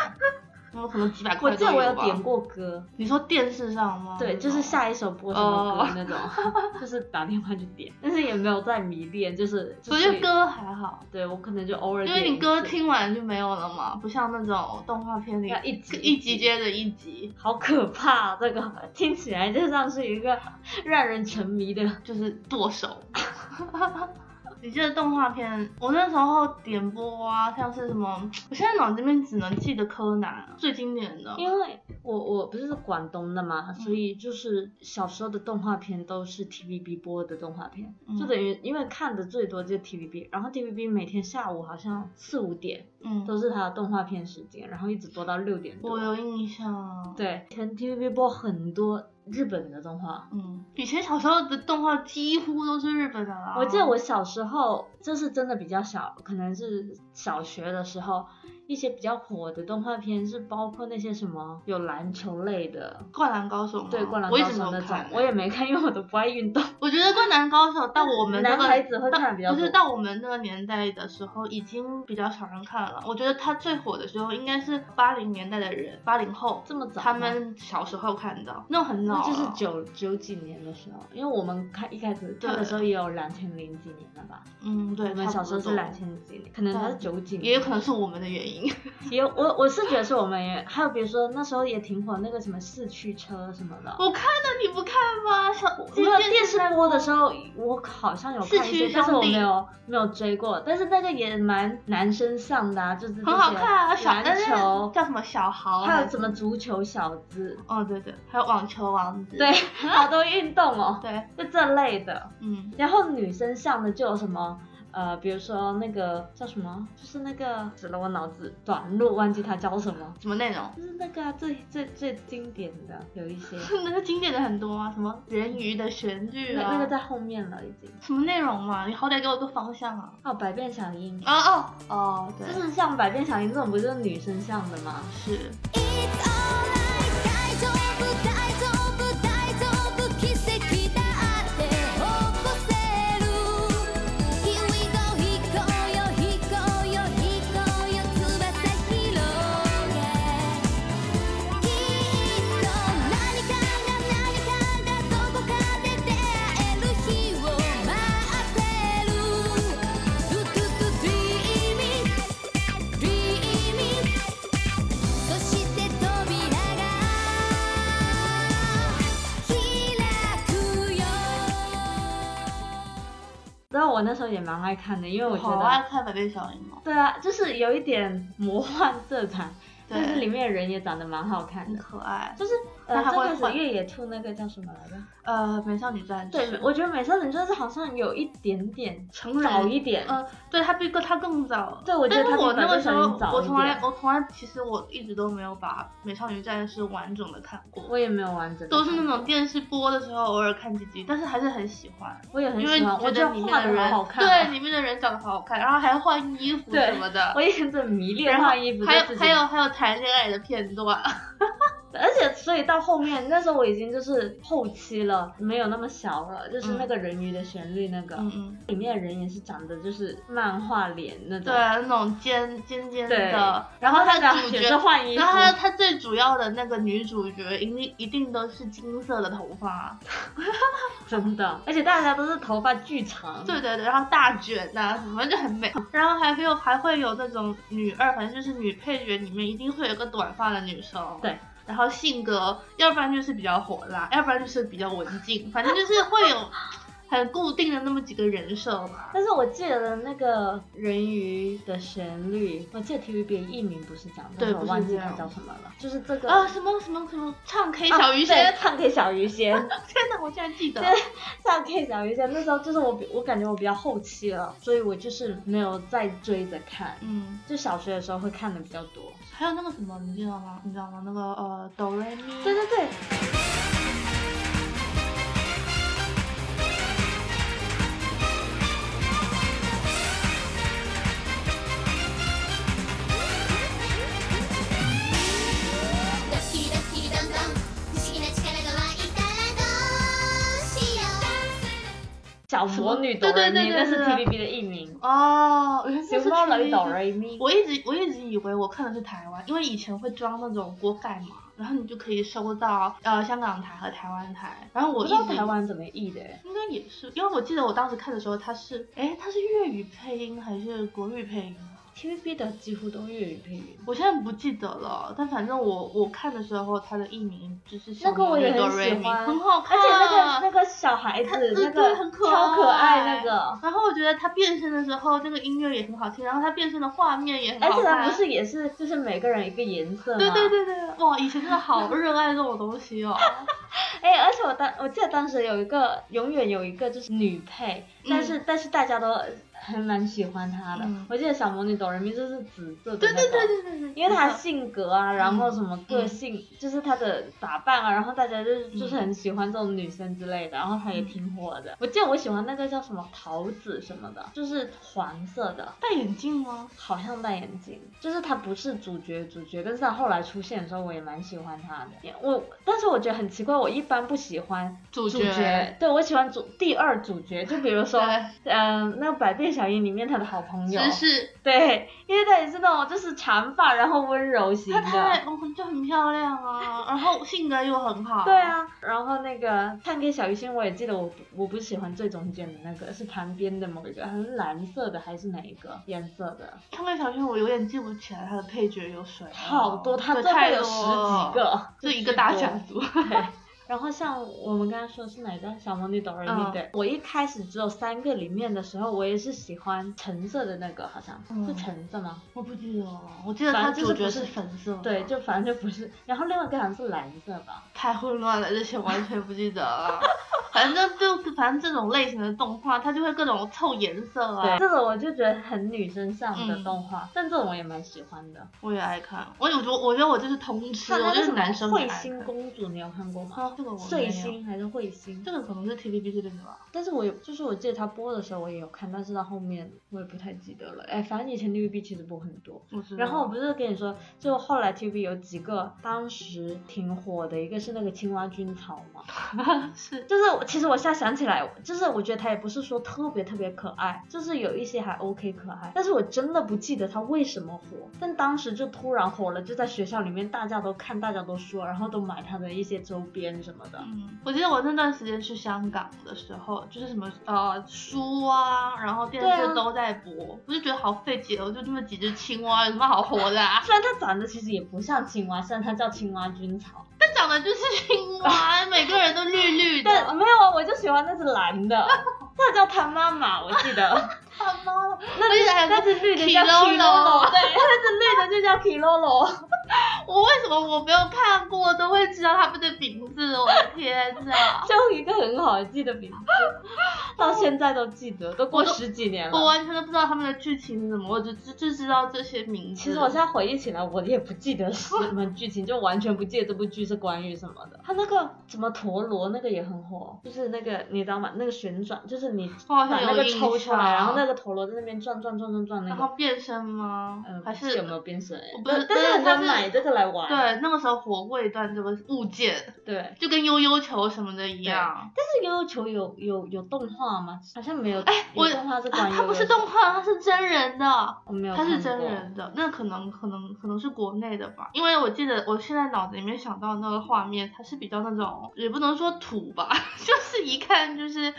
Speaker 1: 我可能几百
Speaker 2: 我
Speaker 1: 块
Speaker 2: 记
Speaker 1: 都
Speaker 2: 得我有
Speaker 1: 吧。哦
Speaker 2: 点过歌，
Speaker 1: 你说电视上吗？
Speaker 2: 对，就是下一首播什么
Speaker 1: 哦
Speaker 2: 歌那种，就是打电话去点，但是也没有在迷恋，就是
Speaker 1: 所
Speaker 2: 所
Speaker 1: 以
Speaker 2: 以
Speaker 1: 就歌还好，
Speaker 2: 对我可能就偶尔
Speaker 1: 因
Speaker 2: 点一次，
Speaker 1: 为你歌听完就没有了嘛，不像那种动画片里
Speaker 2: 要啊一集
Speaker 1: 一集接着一集，
Speaker 2: 好可怕、啊这个听起来就像是一个让人沉迷的
Speaker 1: 就是剁手。 你记得动画片，我那时候点播啊，像是什么，我现在脑子里面只能记得柯南啊最经典的，
Speaker 2: 因为我我不是广东的嘛，所
Speaker 1: 嗯
Speaker 2: 以就是小时候的动画片都是 TVB 播的动画片，
Speaker 1: 嗯
Speaker 2: 就等于因为看的最多就 TVB，然后 TVB 每天下午好像四五点
Speaker 1: 嗯，
Speaker 2: 都是它的动画片时间，然后一直播到六点
Speaker 1: 我
Speaker 2: 多。
Speaker 1: 有印象。，
Speaker 2: 对，全 TVB 播很多日本的动画。
Speaker 1: 嗯，以前小时候的动画几乎都是日本的啦。
Speaker 2: 我记得我小时候，这是真的比较小，可能是小学的时候，一些比较火的动画片是包括那些什么有篮球类的，
Speaker 1: 灌篮高手吗？
Speaker 2: 对，灌篮
Speaker 1: 我一
Speaker 2: 高
Speaker 1: 直
Speaker 2: 手
Speaker 1: 没
Speaker 2: 那
Speaker 1: 有
Speaker 2: 种
Speaker 1: 看，，
Speaker 2: 我也没看，因欸为我都不爱运动。
Speaker 1: 我觉得《灌篮高手》到我们、那个
Speaker 2: 男孩子会看得比较
Speaker 1: 到不是
Speaker 2: 多
Speaker 1: 到我们那个年代的时候，已经比较少人看了。我觉得他最火的时候应该是八零年代的人，八零后
Speaker 2: 这 么早吗
Speaker 1: 他们小时候看的，那种很老
Speaker 2: 那
Speaker 1: 了，
Speaker 2: 就是九九几年的时候，因为我们看一开始看的时候也有两千零几年了吧？
Speaker 1: 嗯，对，
Speaker 2: 我们小时候是
Speaker 1: 蓝
Speaker 2: 两，千几年，可能他是九几年，
Speaker 1: 也有可能是我们的原因。
Speaker 2: 也有我我是觉得是我们也还有比如说那时候也挺火那个什么四驱车什么的。
Speaker 1: 我看了，你不看吗？小
Speaker 2: 没有电视播的时候，我好像有看
Speaker 1: 四
Speaker 2: 一些
Speaker 1: 驱，
Speaker 2: 但是
Speaker 1: 兄
Speaker 2: 我
Speaker 1: 弟
Speaker 2: 没有没有追过。但是那个也蛮男生向的、啊，就是这些
Speaker 1: 很好看啊，小
Speaker 2: 篮球，
Speaker 1: 叫什么小豪，
Speaker 2: 还有什么足球小子，
Speaker 1: 哦对对，还有网球王子，
Speaker 2: 对，好多运动哦，
Speaker 1: 对，
Speaker 2: 就这类的。
Speaker 1: 嗯，
Speaker 2: 然后女生向的就有什么？呃，比如说那个叫什么，就是那个死了我脑子短路，忘记它叫什么，
Speaker 1: 什么内容？
Speaker 2: 就是那个、啊、最最最经典的有一些，
Speaker 1: 那个经典的很多啊，什么人鱼的旋律啊，
Speaker 2: 那那个在后面了已经。
Speaker 1: 什么内容嘛？你好歹给我个方向啊！
Speaker 2: 哦，百变小樱，
Speaker 1: 哦哦哦，对，
Speaker 2: 就是像百变小樱这种不就是女生向的吗？
Speaker 1: 是
Speaker 3: It's alright 大丈夫大丈夫大丈夫奇跡だって起こせる Here we go 飛行よ飛行よ飛行よ翼広げきっと何かが何かがどこかで出会える日を待ってる Dreaming Dreaming そして扉が開くよ
Speaker 2: 然后我那时候也蛮爱看的，因为我觉
Speaker 1: 好
Speaker 2: 得
Speaker 1: 爱，看百变小樱哦。
Speaker 2: 对啊，就是有一点魔幻色彩，但是里
Speaker 1: 对，
Speaker 2: 面人也长得蛮好看
Speaker 1: 很
Speaker 2: 的。
Speaker 1: 可爱。
Speaker 2: 就是呃，
Speaker 1: 那还
Speaker 2: 最
Speaker 1: 会
Speaker 2: 开始
Speaker 1: 换
Speaker 2: 越野兔那个叫什么来着？
Speaker 1: 呃，美少女战士，
Speaker 2: 对，我觉得美少女战士好像有一点点
Speaker 1: 成人
Speaker 2: 早一点，
Speaker 1: 呃，对他比个他更早。
Speaker 2: 对我觉得
Speaker 1: 但是
Speaker 2: 它比
Speaker 1: 我那
Speaker 2: 百
Speaker 1: 个
Speaker 2: 变
Speaker 1: 时
Speaker 2: 小樱
Speaker 1: 候，
Speaker 2: 早
Speaker 1: 我
Speaker 2: 一
Speaker 1: 从来
Speaker 2: 点
Speaker 1: 我从来其实我一直都没有把《美少女战士》完整的看过，
Speaker 2: 我也没有完整。
Speaker 1: 都是那，种电视播的时候偶尔看几集，但是还是很喜欢，
Speaker 2: 我也很
Speaker 1: 因为
Speaker 2: 喜欢，
Speaker 1: 觉
Speaker 2: 我觉
Speaker 1: 得
Speaker 2: 得
Speaker 1: 里
Speaker 2: 画
Speaker 1: 面的
Speaker 2: 的
Speaker 1: 人
Speaker 2: 好好看哦。
Speaker 1: 对里面的人长得好好看，然后还换衣服
Speaker 2: 对
Speaker 1: 什么的。
Speaker 2: 我也很迷恋
Speaker 1: 然后
Speaker 2: 换衣服，
Speaker 1: 还
Speaker 2: 就自
Speaker 1: 有
Speaker 2: 己
Speaker 1: 还有还有谈恋爱的片段，
Speaker 2: 而且，所以到后面那时候我已经就是后期了，没有那么小了，就是那个人鱼的旋律那个、
Speaker 1: 嗯嗯，
Speaker 2: 里面的人也是长得就是漫画脸那种
Speaker 1: 对，，那种尖尖尖
Speaker 2: 对
Speaker 1: 的，
Speaker 2: 然后
Speaker 1: 它
Speaker 2: 那
Speaker 1: 的
Speaker 2: 个
Speaker 1: 主
Speaker 2: 也
Speaker 1: 角
Speaker 2: 是，换衣服
Speaker 1: 然，后它它最主要的那个女主角一定一定都是金色的头发，
Speaker 2: 真的，而且大家都是头发巨长，
Speaker 1: 对对对，然后大卷呐、什么就很美，然后还会有还会有那种女二，反正就是女配角里面一定会有个短发的女生，
Speaker 2: 对。
Speaker 1: 然后性格，要不然就是比较火辣，要不然就是比较文静，反正就是会 有很固定的那么几个人设吧。
Speaker 2: 但是我记得那个人鱼的旋律，我记得 TVB 艺名不是这样，但
Speaker 1: 对
Speaker 2: 我
Speaker 1: 不是
Speaker 2: 忘记
Speaker 1: 这
Speaker 2: 它
Speaker 1: 样
Speaker 2: 叫什么了，就是这个
Speaker 1: 啊，什么什么什么唱 K 小鱼仙，
Speaker 2: 啊对唱给小鱼仙，
Speaker 1: 天哪，我竟然记得。
Speaker 2: 对上 K 小鱼仙那时候就是我比，我感觉我比较后期了，所以我就是没有再追着看，
Speaker 1: 嗯，
Speaker 2: 就小学的时候会看的比较多。
Speaker 1: 还有那个什么，你知道吗？你知道吗？那个呃，哆来咪，
Speaker 2: 对对对，
Speaker 3: 「
Speaker 2: 小魔女
Speaker 1: 什
Speaker 2: 哆
Speaker 1: 么
Speaker 2: 瑞
Speaker 1: 对对
Speaker 2: 咪，
Speaker 1: 对对
Speaker 2: 那是
Speaker 1: 对
Speaker 2: TVB 的艺名。
Speaker 1: 哦，原来这
Speaker 2: 熊
Speaker 1: 是
Speaker 2: 猫来
Speaker 1: TVB
Speaker 2: 哆瑞咪，
Speaker 1: 我一直我一直以为我看的是台湾，因为以前会装那种锅盖嘛，然后你就可以收到呃香港台和台湾台，然后我
Speaker 2: 我不
Speaker 1: 一
Speaker 2: 知道
Speaker 1: 直
Speaker 2: 台湾怎么译的欸。
Speaker 1: 应该也是，因为我记得我当时看的时候它是，哎，它是粤语配音还是国语配音啊？
Speaker 2: TVB 的几乎都粤语配音。
Speaker 1: 我现在不记得了，但反正我我看的时候，它的艺名就是小
Speaker 2: 那个我也
Speaker 1: 魔女
Speaker 2: 很
Speaker 1: 哆
Speaker 2: 喜
Speaker 1: 瑞咪
Speaker 2: 欢
Speaker 1: 很好
Speaker 2: 而
Speaker 1: 看，啊
Speaker 2: 且那个那个小孩子
Speaker 1: 他，
Speaker 2: 那
Speaker 1: 对
Speaker 2: 个
Speaker 1: 很可
Speaker 2: 超可爱那
Speaker 1: 爱
Speaker 2: 个，
Speaker 1: 然后我觉得他变身的时候，那个音乐也很好听，然后他变身的画面也很
Speaker 2: 而
Speaker 1: 好
Speaker 2: 且
Speaker 1: 看。
Speaker 2: 它不是也是就是每个人一个颜色吗？
Speaker 1: 对对对对，哇，以前真的好热爱这种东西 哦。
Speaker 2: 哎，而且我当我记得当时有一个永远有一个就是女配，
Speaker 1: 嗯
Speaker 2: 但是但是大家都还蛮喜欢她的。
Speaker 1: 嗯
Speaker 2: 我记得小魔女哆瑞咪就是紫色的
Speaker 1: 对
Speaker 2: 那
Speaker 1: 对
Speaker 2: 种。
Speaker 1: 对对对对，
Speaker 2: 因为她
Speaker 1: 没错
Speaker 2: 性格啊，然后什么个
Speaker 1: 嗯
Speaker 2: 性，就是她的打扮啊，然后大家就是
Speaker 1: 嗯
Speaker 2: 就是很喜欢这种女生之类的，然后她也挺火的。我记得我喜欢那个叫什么桃子什么的，就是黄色的，
Speaker 1: 戴眼镜吗？
Speaker 2: 好像戴眼镜，就是他不是主角主角，但是他后来出现的时候，我也蛮喜欢他的。我但是我觉得很奇怪，我一般不喜欢
Speaker 1: 主
Speaker 2: 主角，对我喜欢主第二主角，就比如说，嗯、那个《百变小樱》里面他的好朋友，
Speaker 1: 只是
Speaker 2: 对，因为他也是那种就是长发然后温柔型
Speaker 1: 她太
Speaker 2: 的。
Speaker 1: 哦就很漂亮啊，然后性格又很好。
Speaker 2: 对，啊，然后那个看给小鱼星，我也记得我不我不喜欢最中间的那个，是旁边的某一个，还是蓝色的还是哪一个颜色的？
Speaker 1: 看看小薰，我有点记不起来她的配角有谁了。
Speaker 2: 好嗯多，他
Speaker 1: 对
Speaker 2: 真
Speaker 1: 太
Speaker 2: 的
Speaker 1: 多
Speaker 2: 有十几
Speaker 1: 了，
Speaker 2: 个，
Speaker 1: 就一个 大
Speaker 2: 巨
Speaker 1: 家
Speaker 2: 多。
Speaker 1: 族。
Speaker 2: 对然后像我们刚才说是哪个小魔女哆瑞咪
Speaker 1: 嗯
Speaker 2: 对，我一开始只有三个里面的时候，我也是喜欢橙色的那个，好像、
Speaker 1: 嗯
Speaker 2: 是橙色吗？
Speaker 1: 我不记得了，我记得
Speaker 2: 反
Speaker 1: 他
Speaker 2: 正就是
Speaker 1: 主角
Speaker 2: 不
Speaker 1: 是
Speaker 2: 是
Speaker 1: 粉色的。
Speaker 2: 对，就反正就不是。然后另外一个好像是蓝色吧。
Speaker 1: 太混乱了，这些完全不记得了。反正就反正这种类型的动画，它就会各种凑颜色啊。
Speaker 2: 对，这种我就觉得很女生向的
Speaker 1: 嗯
Speaker 2: 动画，但这种我也蛮喜欢的。
Speaker 1: 我也爱看，我有觉我觉得我就是通吃，
Speaker 2: 像
Speaker 1: 我
Speaker 2: 那
Speaker 1: 就
Speaker 2: 个
Speaker 1: 是
Speaker 2: 什么
Speaker 1: 男生
Speaker 2: 彗
Speaker 1: 也爱
Speaker 2: 星
Speaker 1: 看
Speaker 2: 公主，你有看过吗？
Speaker 1: 哦这个我没有
Speaker 2: 彗星还是彗星？
Speaker 1: 这个可能是 TVB 这边的吧。
Speaker 2: 但是我有，就是我记得他播的时候我也有看，但是到后面我也不太记得了。哎，反正以前 TVB 其实播很多。
Speaker 1: 我知道。
Speaker 2: 然后我不是跟你说，就后来 TVB 有几个当时挺火的，一个是那个青蛙军曹嘛，
Speaker 1: 是
Speaker 2: 就是我其实我现在想起来，就是我觉得他也不是说特别特别可爱，就是有一些还 OK 可爱，但是我真的不记得他为什么火，但当时就突然火了，就在学校里面大家都看，大家都说，然后都买他的一些周边什么的。
Speaker 1: 嗯，我记得我那段时间去香港的时候，就是什么呃书啊，然后电
Speaker 2: 对
Speaker 1: 视
Speaker 2: 啊
Speaker 1: 都在播，我就觉得好费解哦，就这么几只青蛙，有什么好活的啊？
Speaker 2: 虽然他长得其实也不像青蛙，虽然他叫青蛙军曹，
Speaker 1: 它长得就是青 蛙，每个人都绿绿的。
Speaker 2: 但没有啊，我就喜欢那只蓝 的，那叫他妈妈，我记得。
Speaker 1: 他妈了，
Speaker 2: 那只那只绿的叫
Speaker 1: Kilolo
Speaker 2: Kilolo，对，那只绿的就叫 Kilolo。
Speaker 1: 我为什么我没有看过都会知道他们的名字？我的天 哪！
Speaker 2: 就一个很好记的名 字，到现在都记得，都过
Speaker 1: 我都
Speaker 2: 十几年
Speaker 1: 我
Speaker 2: 了。
Speaker 1: 完全都不知道他们的剧情是什么，我只只只知道这些名字。
Speaker 2: 其实我现在回忆起来，我也不记得是什么剧情，就完全不记得这部剧是关于什么的。他那个什么陀螺那个也很火，就是那个你知道吗？那个旋转，就是你
Speaker 1: 我好
Speaker 2: 把
Speaker 1: 像有
Speaker 2: 那个
Speaker 1: 印
Speaker 2: 抽出来，
Speaker 1: 象
Speaker 2: 然后那个陀螺在那边转转转转转，那
Speaker 1: 然后
Speaker 2: 个
Speaker 1: 变身吗？
Speaker 2: 呃
Speaker 1: 还
Speaker 2: 不知
Speaker 1: 是
Speaker 2: 有没有变身？哎
Speaker 1: 我不
Speaker 2: 但
Speaker 1: 是
Speaker 2: 但是很
Speaker 1: 但是
Speaker 2: 多人
Speaker 1: 它是
Speaker 2: 买这个来玩。
Speaker 1: 对那个时候火过一段这个物件，
Speaker 2: 对，
Speaker 1: 就跟悠悠球什么的一样。
Speaker 2: 但是悠悠球有有有动画吗？好像没有。
Speaker 1: 哎，
Speaker 2: 有
Speaker 1: 我
Speaker 2: 动画是
Speaker 1: 啊
Speaker 2: 关于
Speaker 1: 它不是动画，它是真人的。
Speaker 2: 我没有
Speaker 1: 它
Speaker 2: 看
Speaker 1: 是真
Speaker 2: 过
Speaker 1: 人的，那可能可能可能是国内的吧，因为我记得我现在脑子里面想到那个画面，它是比较那种也不能说土吧， 就是一看就是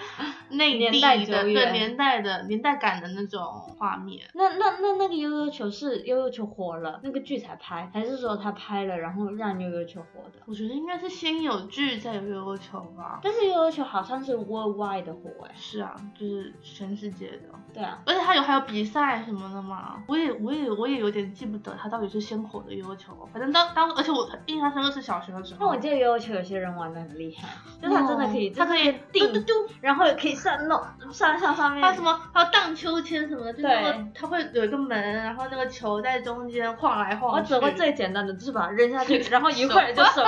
Speaker 1: 内
Speaker 2: 年
Speaker 1: 地
Speaker 2: 代
Speaker 1: 的
Speaker 2: 久
Speaker 1: 对
Speaker 2: 远
Speaker 1: 年代的年代感的那种画面。
Speaker 2: 那那那那个悠悠球是悠悠球火了，那个剧才拍，还是说他拍了然后让悠悠球火的？
Speaker 1: 我觉得应该是先有剧再有悠悠球吧。
Speaker 2: 但是悠悠球好像是 worldwide 的火哎、
Speaker 1: 是啊，就是全世界的，
Speaker 2: 对啊，
Speaker 1: 而且它有还有比赛什么的嘛，我也我也我也有点记不得它到底是先火的悠悠球，反正当当而且我印象深刻是小学的时候，
Speaker 2: 那我记得悠悠球有些人玩的很厉害，就是他真的可以，
Speaker 1: 它可以
Speaker 2: 定
Speaker 1: 嘟嘟嘟
Speaker 2: 然后也可以上弄上上上面，
Speaker 1: 还有什么，还有荡秋千什么的，就是
Speaker 2: 对
Speaker 1: 那个它会有一个门，然后那个球在中间晃来晃
Speaker 2: 我
Speaker 1: 去，
Speaker 2: 只会最简单的，就是把它扔下去，然后一会儿就收，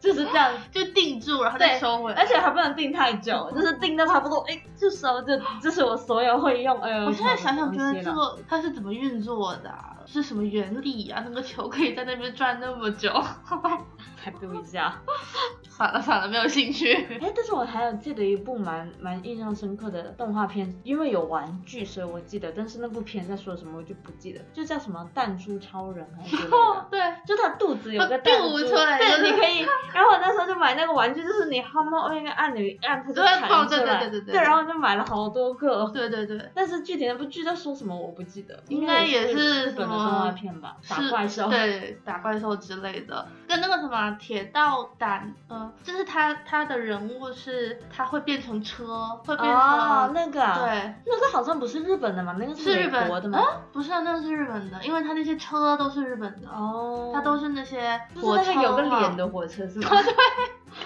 Speaker 2: 就是这样。
Speaker 1: 就定住，然后再
Speaker 2: 对
Speaker 1: 收回来。
Speaker 2: 而且还不能定太久，就是定到差不多，哎，就收，就这是我所有会用。哎呦，
Speaker 1: 我现在想想，觉得
Speaker 2: 这
Speaker 1: 这个它是怎么运作的啊、
Speaker 2: 了，
Speaker 1: 是什么原理啊？那个球可以在那边转那么久？
Speaker 2: 来读一下。
Speaker 1: 算了算了，没有兴趣。。
Speaker 2: 哎，但是我还有记得一部蛮蛮印象深刻的动画片，因为有玩具，所以我记得。但是那部片在说什么我就不记得，就叫什么弹珠超人还是之类的
Speaker 1: 对，
Speaker 2: 就他肚子有个弹
Speaker 1: 它
Speaker 2: 珠，
Speaker 1: 肚子出来就是
Speaker 2: 对，你可以。然后我那时候就买那个玩具，就是你薅猫那个按钮一按，它就
Speaker 1: 对
Speaker 2: 弹出来。
Speaker 1: 对对对对对
Speaker 2: 对，然后我就买了好多个。
Speaker 1: 对对对，
Speaker 2: 但是具体那部剧在说什么我不记得，
Speaker 1: 应该也
Speaker 2: 因为
Speaker 1: 是
Speaker 2: 日本的
Speaker 1: 什
Speaker 2: 动
Speaker 1: 么
Speaker 2: 画片吧，打
Speaker 1: 是
Speaker 2: 怪兽。
Speaker 1: 对，打怪兽之类的，跟那个什么铁道胆，呃，就是他他的人物是他会变成车，会变成、
Speaker 2: 哦，那个啊，
Speaker 1: 对，
Speaker 2: 那个好像不是日本的嘛，那个
Speaker 1: 是日
Speaker 2: 美
Speaker 1: 本
Speaker 2: 国的嘛。
Speaker 1: 不是啊，那个是日本的，因为他那些车都是日本的，
Speaker 2: 哦，
Speaker 1: 他都是那些
Speaker 2: 就是那
Speaker 1: 车啊
Speaker 2: 个有个脸
Speaker 1: 的，
Speaker 2: 的火车是吗？ 对，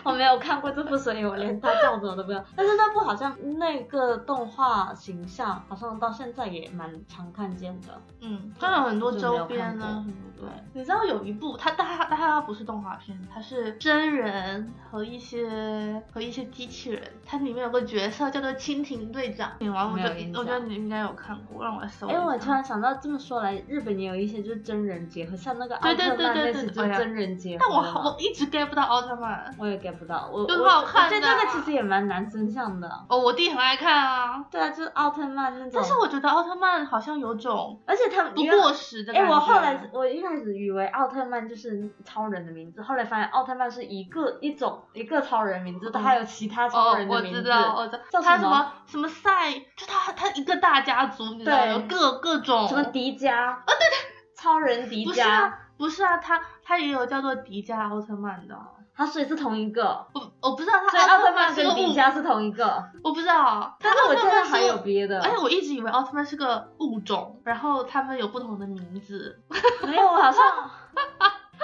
Speaker 2: 我没有看过这部，所以我连它叫什么都不知道。但是那部好像那个动画形象，好像到现在也蛮常看见的。
Speaker 1: 嗯，当然有很多周边
Speaker 2: 就没有
Speaker 1: 呢、
Speaker 2: 看
Speaker 1: 什
Speaker 2: 过嗯
Speaker 1: 么对，你知道有一部，它它它它不是动画片，它是真人和一些和一些机器人，它里面有个角色叫做蜻蜓队长，你玩我
Speaker 2: 没
Speaker 1: 就
Speaker 2: 有印象
Speaker 1: 我觉得你应该有看过，让我来搜一
Speaker 2: 哎、
Speaker 1: 下。
Speaker 2: 我突然想到，这么说来，日本也有一些就是真人结合，像那个奥
Speaker 1: 对对
Speaker 2: 特
Speaker 1: 对
Speaker 2: 曼
Speaker 1: 对
Speaker 2: 那
Speaker 1: 对
Speaker 2: 次就
Speaker 1: 对
Speaker 2: 真人结合
Speaker 1: 但我
Speaker 2: 了嘛。
Speaker 1: 好我一直 get 不到奥特曼。
Speaker 2: 我也 get 不到，我
Speaker 1: 就
Speaker 2: 我
Speaker 1: 不好看
Speaker 2: 我觉得
Speaker 1: 的
Speaker 2: 那个其实也蛮难真相的。
Speaker 1: 哦，我弟很爱看啊，
Speaker 2: 对啊，就是奥特曼那种。
Speaker 1: 但是我觉得奥特曼好像有种
Speaker 2: 而且他们
Speaker 1: 不
Speaker 2: 因为
Speaker 1: 过时的
Speaker 2: 哎、
Speaker 1: 感觉。啊
Speaker 2: 我后来我一开始以为奥特曼就是超人的名字，后来发现奥特曼是一个一种一个超人名字，它还有其他超
Speaker 1: 哦
Speaker 2: 人，的
Speaker 1: 我
Speaker 2: 名
Speaker 1: 知
Speaker 2: 字。
Speaker 1: 道，我知道，
Speaker 2: 叫
Speaker 1: 他
Speaker 2: 什
Speaker 1: 什
Speaker 2: 么
Speaker 1: 么什么赛，就他他一个大家族，你知道吗？
Speaker 2: 对
Speaker 1: 有各各种
Speaker 2: 什么迪迦？啊、对对，超人迪
Speaker 1: 哦不是
Speaker 2: 迦，
Speaker 1: 啊，不是啊，他他也有叫做迪迦奥特曼的啊，
Speaker 2: 它所以是同一个，
Speaker 1: 我我不知道
Speaker 2: 所以
Speaker 1: 他
Speaker 2: 奥特曼
Speaker 1: 曼是
Speaker 2: 跟
Speaker 1: 个
Speaker 2: 迪
Speaker 1: 物，
Speaker 2: 迦是同一个。
Speaker 1: 我不知道，
Speaker 2: 但是我
Speaker 1: 奥
Speaker 2: 记
Speaker 1: 特曼
Speaker 2: 得
Speaker 1: 是
Speaker 2: 还有
Speaker 1: 个。
Speaker 2: 别的
Speaker 1: 而，且我一直以为奥特曼是个物种，然后他们有不同的名字
Speaker 2: 没有，好像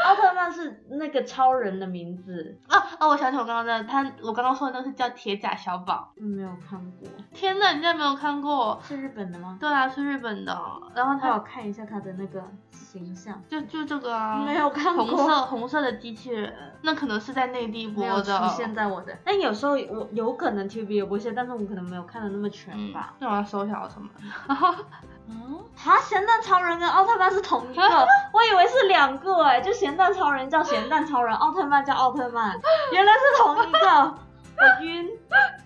Speaker 2: 奥特曼是那个超人的名字，
Speaker 1: 啊哦，我想起我刚刚的，他我刚刚说的那个是叫铁甲小宝。
Speaker 2: 嗯没有看过，
Speaker 1: 天呐，你竟然没有看过？
Speaker 2: 是日本的吗？
Speaker 1: 对啊，是日本的，然后
Speaker 2: 让
Speaker 1: 他
Speaker 2: 我看一下它的那个形象，
Speaker 1: 就就这个啊，
Speaker 2: 没有看过。
Speaker 1: 红色红色的机器人，那可能是在内地
Speaker 2: 没
Speaker 1: 播
Speaker 2: 有
Speaker 1: 的，
Speaker 2: 出现在我的。但有时候我有可能 TVB 有播现，但是我可能没有看的那么全
Speaker 1: 嗯
Speaker 2: 吧。，
Speaker 1: 那我要搜一下奥特曼。
Speaker 2: 嗯，哈，咸蛋超人跟奥特曼是同 一个，我以为是两个哎、就咸蛋超人叫咸蛋超人，奥特曼叫奥特曼，原来是同一个。我晕，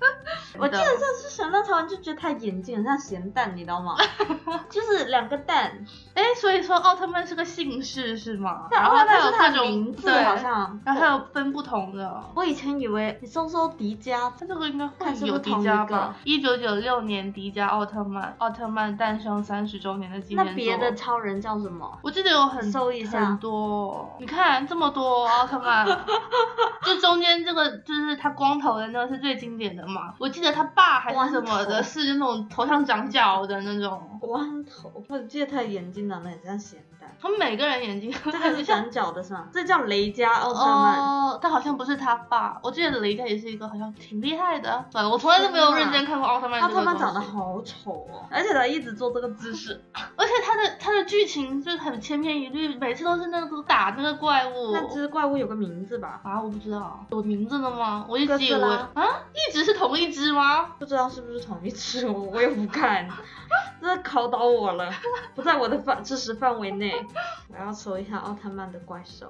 Speaker 2: 我记得上次咸蛋超人就觉得他眼睛很像咸蛋，你知道吗？ 就是两个蛋，
Speaker 1: 哎，所以说奥特曼是个姓氏是吗？
Speaker 2: 但
Speaker 1: 然后
Speaker 2: 奥特
Speaker 1: 它
Speaker 2: 曼
Speaker 1: 有
Speaker 2: 是他
Speaker 1: 各
Speaker 2: 的
Speaker 1: 种
Speaker 2: 名字
Speaker 1: 对
Speaker 2: 好像。
Speaker 1: 然后还有分不同的。
Speaker 2: 我以前以为你搜搜迪迦，
Speaker 1: 它这个应该会
Speaker 2: 看是不是
Speaker 1: 有迪迦吧？一九九六年迪迦奥特曼，奥特曼诞生三十周年的纪念
Speaker 2: 那
Speaker 1: 作。
Speaker 2: 别的超人叫什么？
Speaker 1: 我记得有很
Speaker 2: 搜一下
Speaker 1: 很多，你看这么多奥特 曼，就中间这个就是他光头的那个是最经典的嘛。我记得他爸还是什么
Speaker 2: 光头
Speaker 1: 的，是那种头上长角的那种。
Speaker 2: 弯头，我记得他眼睛长得很像咸蛋。
Speaker 1: 他们每个人眼睛
Speaker 2: 这个是
Speaker 1: 像
Speaker 2: 长角的是吗？这叫雷加奥特曼。
Speaker 1: 哦，但好像不是他爸。我记得雷佳也是一个好像挺厉害的。算了，我从来都没有认真看过奥特曼这
Speaker 2: 奥
Speaker 1: 个东
Speaker 2: 特
Speaker 1: 西。
Speaker 2: 曼长得好丑哦，而且他一直做这个姿势。
Speaker 1: 而且他的他的剧情就是很千篇一律，每次都是那个打那个怪物。
Speaker 2: 那只怪物有个名字吧？
Speaker 1: 啊，我不知道有名字的吗？我一
Speaker 2: 哥
Speaker 1: 直
Speaker 2: 斯
Speaker 1: 以为
Speaker 2: 拉
Speaker 1: 啊，一直是同一只吗？
Speaker 2: 不知道是不是同一只哦，我也不看， 这考倒我了，不在我的范知识范围内。我要搜一下奥特曼的怪兽。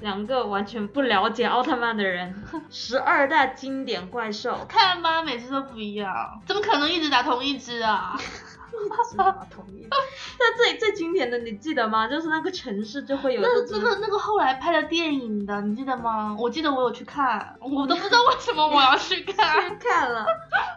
Speaker 2: 两个完全不了解奥特曼的人，十二代经典怪兽，
Speaker 1: 看吧，每次都不一样，怎么可能一直打同一只啊？
Speaker 2: 是吗同意。那最最经典的你记得吗？就是那个城市就会 有
Speaker 1: 那
Speaker 2: 这
Speaker 1: 那
Speaker 2: 种
Speaker 1: 个那个后来拍的电影的，你记得吗？我记得我有去看，我都不知道为什么我要去 看。
Speaker 2: 去看了，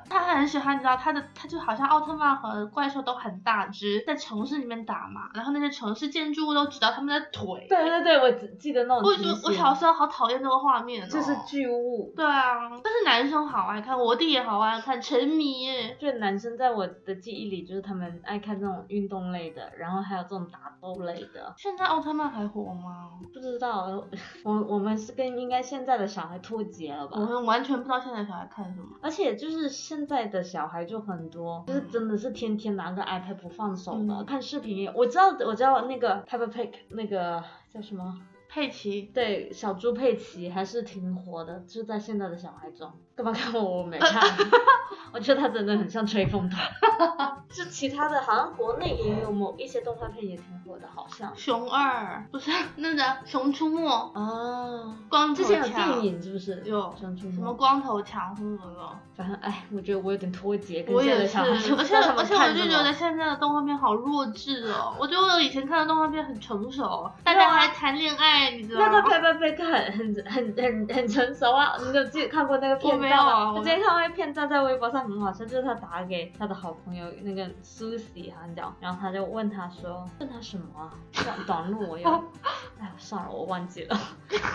Speaker 1: 他很喜欢，你知道他的，他就好像奥特曼和怪兽都很大只，在城市里面打嘛，然后那些城市建筑物都指到他们的腿。
Speaker 2: 对对对，我只记得那种
Speaker 1: 我
Speaker 2: 提
Speaker 1: 觉得我
Speaker 2: 醒
Speaker 1: 小时候好讨厌这个画面哦。
Speaker 2: 就是巨物。
Speaker 1: 对啊，但是男生好爱看，我弟也好爱看，沉迷耶。
Speaker 2: 就男生在我的记忆里，就是他们爱看这种运动类的，然后还有这种打斗类的。
Speaker 1: 现在奥特曼还火吗？
Speaker 2: 不知道，我我们是跟应该现在的小孩脱节了吧？
Speaker 1: 我们完全不知道现在小孩看什么。
Speaker 2: 而且就是现在的小孩就很多，就是真的是天天拿个 iPad 不放手的，
Speaker 1: 嗯
Speaker 2: 看视频也。我知道，我知道那个 Peppa Pig 那个叫什么？
Speaker 1: 佩奇，
Speaker 2: 对，小猪佩奇还是挺火的，就是在现在的小孩中。干嘛看我？ 我没看，我觉得他真的很像吹风筒。 就其他的，好像国内也有某一些动画片也挺火的，好像。
Speaker 1: 熊二不是那个熊出没，
Speaker 2: 哦，
Speaker 1: 光头
Speaker 2: 之前有
Speaker 1: 强
Speaker 2: 电，影是不是？
Speaker 1: 啊有
Speaker 2: 熊出
Speaker 1: 什么
Speaker 2: 没。
Speaker 1: 光头强或者什么。
Speaker 2: 反正哎，我觉得我有点脱节，跟
Speaker 1: 我
Speaker 2: 现在
Speaker 1: 也
Speaker 2: 的
Speaker 1: 是，
Speaker 2: 小孩
Speaker 1: 而且
Speaker 2: 就不
Speaker 1: 而且
Speaker 2: 知道他们
Speaker 1: 我
Speaker 2: 看
Speaker 1: 就
Speaker 2: 什
Speaker 1: 觉得
Speaker 2: 么。
Speaker 1: 现在的动画片好弱智哦。我觉得我以前看的动画片很成熟，哦大家还谈恋爱，你知道
Speaker 2: 那个
Speaker 1: 吗？
Speaker 2: 拍拍贝克很很很很很成熟啊！你有自己看过那个
Speaker 1: 我
Speaker 2: 片
Speaker 1: 没
Speaker 2: 段
Speaker 1: 有啊
Speaker 2: 吗？
Speaker 1: 我
Speaker 2: 之前看过一个片段在微博上很好笑，就是他打给他的好朋友那个啊 Susie 好像叫，然后他就问他说问他什么啊？短短路 我要，哎呀算了我忘记了，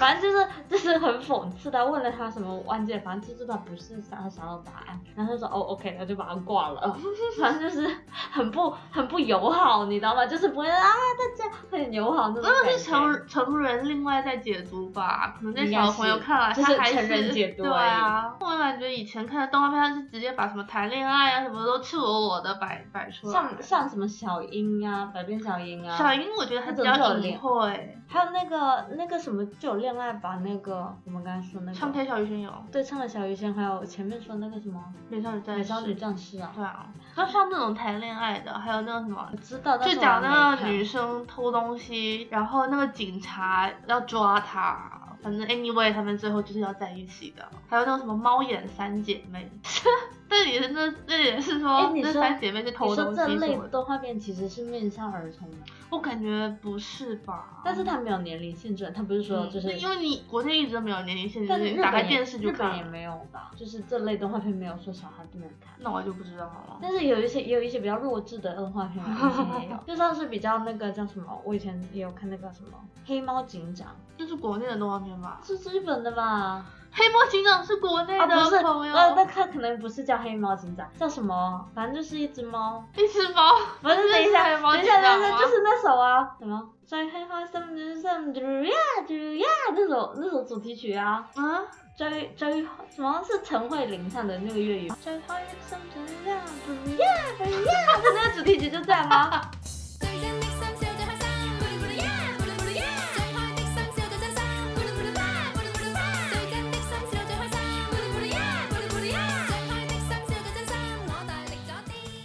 Speaker 2: 反正就是就是很讽刺的，问了他什么我忘记了，反正就是他不是他想要答案，然后他说哦 OK，他就把他挂了， 反正就是很不很不友好，你知道吗？就是不会啊大家很友好那种
Speaker 1: 那
Speaker 2: 感
Speaker 1: 是
Speaker 2: 觉。
Speaker 1: 成成人另外再解读吧，可能对
Speaker 2: 应
Speaker 1: 小
Speaker 2: 该
Speaker 1: 朋友
Speaker 2: 是
Speaker 1: 看来
Speaker 2: 就
Speaker 1: 他
Speaker 2: 是
Speaker 1: 还
Speaker 2: 成人解读
Speaker 1: 对
Speaker 2: 而已
Speaker 1: 啊。我感觉以前看的动画片，它是直接把什么谈恋爱啊什么都赤裸裸的摆摆出来。
Speaker 2: 像像什么小樱啊，百变小樱啊，
Speaker 1: 小樱，我觉得还比较隐晦，欸
Speaker 2: 还有那个那个什么就有恋爱吧，那个我们刚才说那个
Speaker 1: 唱片小鱼仙有，
Speaker 2: 对唱的小鱼仙，还有前面说那个什么
Speaker 1: 美少女战
Speaker 2: 美
Speaker 1: 士，
Speaker 2: 少女战士啊，
Speaker 1: 对啊，那像那种谈恋爱的，还有那个什么
Speaker 2: 我知道，但
Speaker 1: 就是讲
Speaker 2: 我还
Speaker 1: 那
Speaker 2: 没
Speaker 1: 个
Speaker 2: 看
Speaker 1: 女生偷东西，然后那个警察要抓她，反正 anyway 他们最后就是要在一起的。还有那个什么猫眼三姐妹， 这也是那这也是说
Speaker 2: 哎你
Speaker 1: 那
Speaker 2: 说
Speaker 1: 三姐妹是
Speaker 2: 你
Speaker 1: 偷
Speaker 2: 说
Speaker 1: 东
Speaker 2: 这
Speaker 1: 西什
Speaker 2: 类
Speaker 1: 么的，
Speaker 2: 动画片其实是面向儿童的，
Speaker 1: 我感觉不是吧？
Speaker 2: 但是它没有年龄限制，它不是说
Speaker 1: 嗯
Speaker 2: 就是，
Speaker 1: 因为你国内一直都没有年龄限制，
Speaker 2: 但是
Speaker 1: 你
Speaker 2: 日
Speaker 1: 打开
Speaker 2: 本也
Speaker 1: 电视就
Speaker 2: 日本
Speaker 1: 看
Speaker 2: 也
Speaker 1: 了。
Speaker 2: 没有吧，就是这类动画片没有说小孩不能看。
Speaker 1: 那我就不知道了。
Speaker 2: 但是有一些也有一些比较弱智的动画片，我以 前也有，就像是比较那个叫什么，我以前也有看那个什么《黑猫警长
Speaker 1: 这是国内的动画片吧》，？
Speaker 2: 是日本的吧？
Speaker 1: 黑猫警长是国内
Speaker 2: 啊，不是，
Speaker 1: 的朋友，
Speaker 2: 呃，那它可能不是叫黑猫警长，叫什么？反正就是一只猫，
Speaker 1: 一只猫，
Speaker 2: 不是，等一下，
Speaker 1: 黑猫
Speaker 2: 等一
Speaker 1: 警
Speaker 2: 下，
Speaker 1: 长啊
Speaker 2: 等一下，
Speaker 1: 吗？
Speaker 2: 就是那首啊，什么？在黑花上面上嘟呀嘟呀那首那首主题曲啊。
Speaker 1: 嗯，
Speaker 2: 追追什么是陈慧琳唱的那个粤语？追花一生怎样不要不要？的 那个主题曲就这样吗？
Speaker 3: 最真的心笑着開心，咕嚕咕嚕呀，咕嚕咕嚕呀。最開的心笑着真心，咕嚕咕嚕啦，咕嚕咕嚕啦。最真的心笑着開心，咕嚕咕嚕呀，咕嚕咕嚕呀。最開的心笑着真心，我大力咗啲。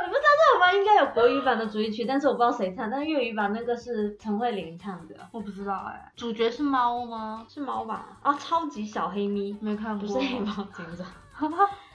Speaker 2: 你不知道这首吗？应该有国语版的主题曲，但是我不知道谁唱，但是粤语版那个是陈慧琳唱的，
Speaker 1: 我不知道哎、主角是猫吗？
Speaker 2: 是猫吧？啊，超级小黑咪，
Speaker 1: 没看
Speaker 2: 不
Speaker 1: 过，
Speaker 2: 是黑猫警长。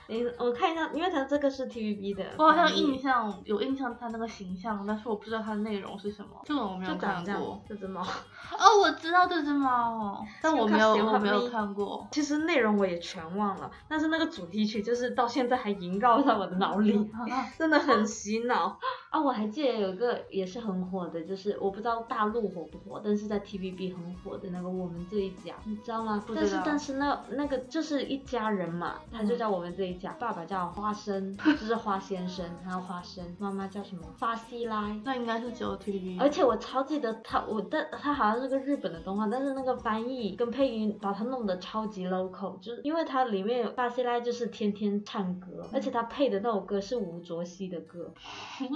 Speaker 2: 你我看一下，因为它这个是 TVB 的，
Speaker 1: 我好像印象有印象它那个形象，但是我不知道它的内容是什么，这种我没有
Speaker 2: 就
Speaker 1: 看
Speaker 2: 长这样
Speaker 1: 过。，
Speaker 2: 这只猫。
Speaker 1: 哦，我知道这只猫，但我没有我没有看过。
Speaker 2: 其实内容我也全忘了，但是那个主题曲就是到现在还萦绕在我的脑里。真的很洗脑啊！我还记得有一个也是很火的，就是我不知道大陆火不火，但是在 TVB 很火的那个《我们这一家》，你知道吗？
Speaker 1: 不知
Speaker 2: 但是
Speaker 1: 道
Speaker 2: 但是那那个就是一家人嘛，他就叫我们这一家，爸爸叫花 生，就是花先生，然后花生，妈妈叫什么？发西拉。
Speaker 1: 那应该是只有 TVB，
Speaker 2: 而且我超记得他，我但他好像是个日本的动画，但是那个翻译跟配音把它弄得超级 local，就是因为它里面有巴西拉就是天天唱歌，而且他配的那首歌是吴卓羲的歌，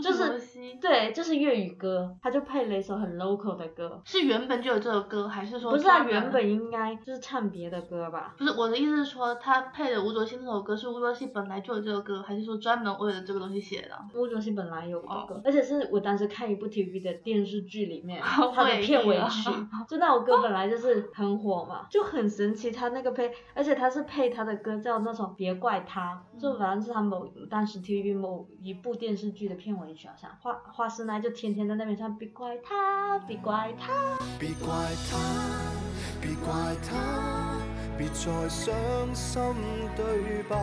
Speaker 2: 就是
Speaker 1: 是
Speaker 2: 对，就是粤语歌，他就配了一首很 local 的歌。
Speaker 1: 是原本就有这首歌，还是说
Speaker 2: 不是啊，
Speaker 1: 专门
Speaker 2: 原本应该就是唱别的歌吧？
Speaker 1: 不是我的意思是说，他配的吴卓羲那首歌是吴卓羲本来就有这首歌，还是说专门为了这个东西写的？
Speaker 2: 吴卓羲本来有一个
Speaker 1: 哦
Speaker 2: 歌，而且是我当时看一部 TVB 的电视剧里面，
Speaker 1: 好
Speaker 2: 它的
Speaker 1: 诡异
Speaker 2: 片尾
Speaker 1: 啊
Speaker 2: 曲，就那首歌本来就是很火嘛，就很神奇。他那个配，而且他是配他的歌叫那首《别怪他》，就
Speaker 1: 嗯
Speaker 2: 反正是他某当时 TVB 某一部电视剧的片尾曲，好啊像花花师奶就天天在那边唱《别怪他，别怪他》。
Speaker 4: 别怪他，别怪他，别再伤心对吧？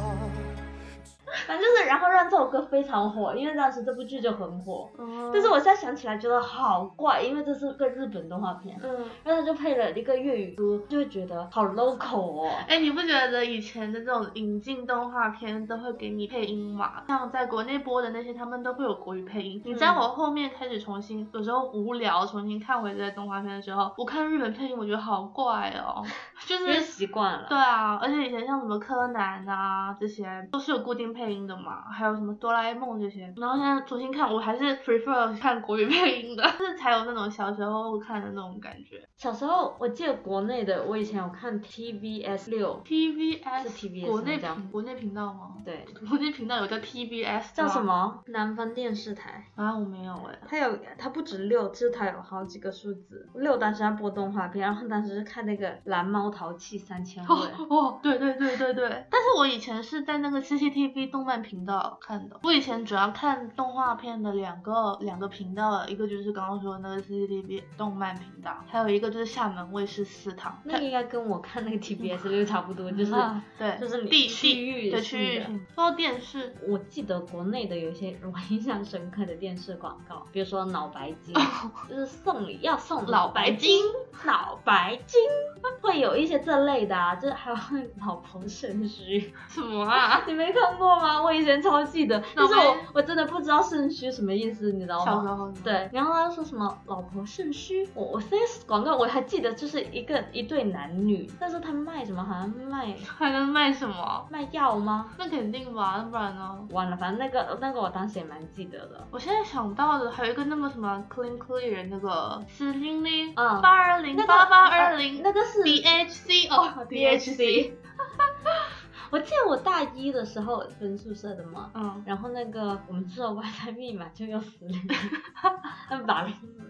Speaker 2: 反正就是，然后让这首歌非常火，因为当时这部剧就很火。
Speaker 1: 嗯
Speaker 2: 但是我现在想起来觉得好怪，因为这是个日本动画片，
Speaker 1: 嗯。
Speaker 2: 然后他就配了一个粤语歌，就会觉得好 local 哦。
Speaker 1: 哎，你不觉得以前的这种引进动画片都会给你配音吗？像在国内播的那些，他们都会有国语配音。你在
Speaker 2: 嗯
Speaker 1: 我后面开始重新，有时候无聊重新看回这些动画片的时候，我看日本配音，我觉得好怪哦， 就
Speaker 2: 因为
Speaker 1: 是。
Speaker 2: 习惯了。
Speaker 1: 对啊，而且以前像什么柯南啊这些，都是有固定配音音的嘛，还有什么哆啦 A 梦这些。然后现在重新看，我还是 prefer 看国语配音的，就是才有那种小时候看的那种感觉。
Speaker 2: 小时候我记得国内的，我以前有看 TVS 六，
Speaker 1: TVS
Speaker 2: 是 TVS
Speaker 1: 国内
Speaker 2: 这样
Speaker 1: 频国内频道吗？
Speaker 2: 对，
Speaker 1: 国内频道有叫 TVS
Speaker 2: 叫
Speaker 1: 吗
Speaker 2: 什么？南方电视台。
Speaker 1: 啊？我没有哎、
Speaker 2: 它有，它不止六，就是它有好几个数字。六当时在播动画片，然后当时是看那个《蓝猫淘气三千 问》
Speaker 1: 哦哦，对对对对对，但是我以前是在那个 CCTV 动漫频道看的。我以前主要看动画片的两个两个频道，一个就是刚刚说的那个 CCTV 动漫频道，还有一个就是厦门卫视四堂。
Speaker 2: 那个应该跟我看那个 TBS 六差不多， 就是、
Speaker 1: 啊对，
Speaker 2: 就是你
Speaker 1: 地
Speaker 2: 区域
Speaker 1: 的
Speaker 2: 性
Speaker 1: 区域啊
Speaker 2: 的
Speaker 1: 性。说到电视，
Speaker 2: 我记得国内的有一些我印象深刻的电视广告，比如说脑白金，就是送礼要送
Speaker 1: 哦脑白金，
Speaker 2: 脑白金会有一些这类的啊，就是还有 老婆肾虚，
Speaker 1: 什么啊？
Speaker 2: 你没看过吗？我以前超记得，但是
Speaker 1: 脑白
Speaker 2: 我我真的不知道肾虚什么意思，你知道
Speaker 1: 小时
Speaker 2: 吗？
Speaker 1: 候是吗，
Speaker 2: 对，然后他说什么老婆肾虚，我我那广告我还记得，就是一个一对男女，但是他卖什么好像卖
Speaker 1: 还能卖什么？
Speaker 2: 卖药吗？
Speaker 1: 那肯定吧，那不然呢？
Speaker 2: 完了，反正那个那个我当时也蛮记得的。
Speaker 1: 我现在想到的还有一个那个什么 Clean Clear 那个四零零
Speaker 2: 嗯
Speaker 1: 八二零
Speaker 2: 那个呃
Speaker 1: 八八二零
Speaker 2: 那个是
Speaker 1: DHC 哦
Speaker 2: DHC。我记得我大一的时候分宿舍的嘛，
Speaker 1: 嗯，
Speaker 2: 然后那个我们宿 舍 WiFi 密码就用死零， 那把零什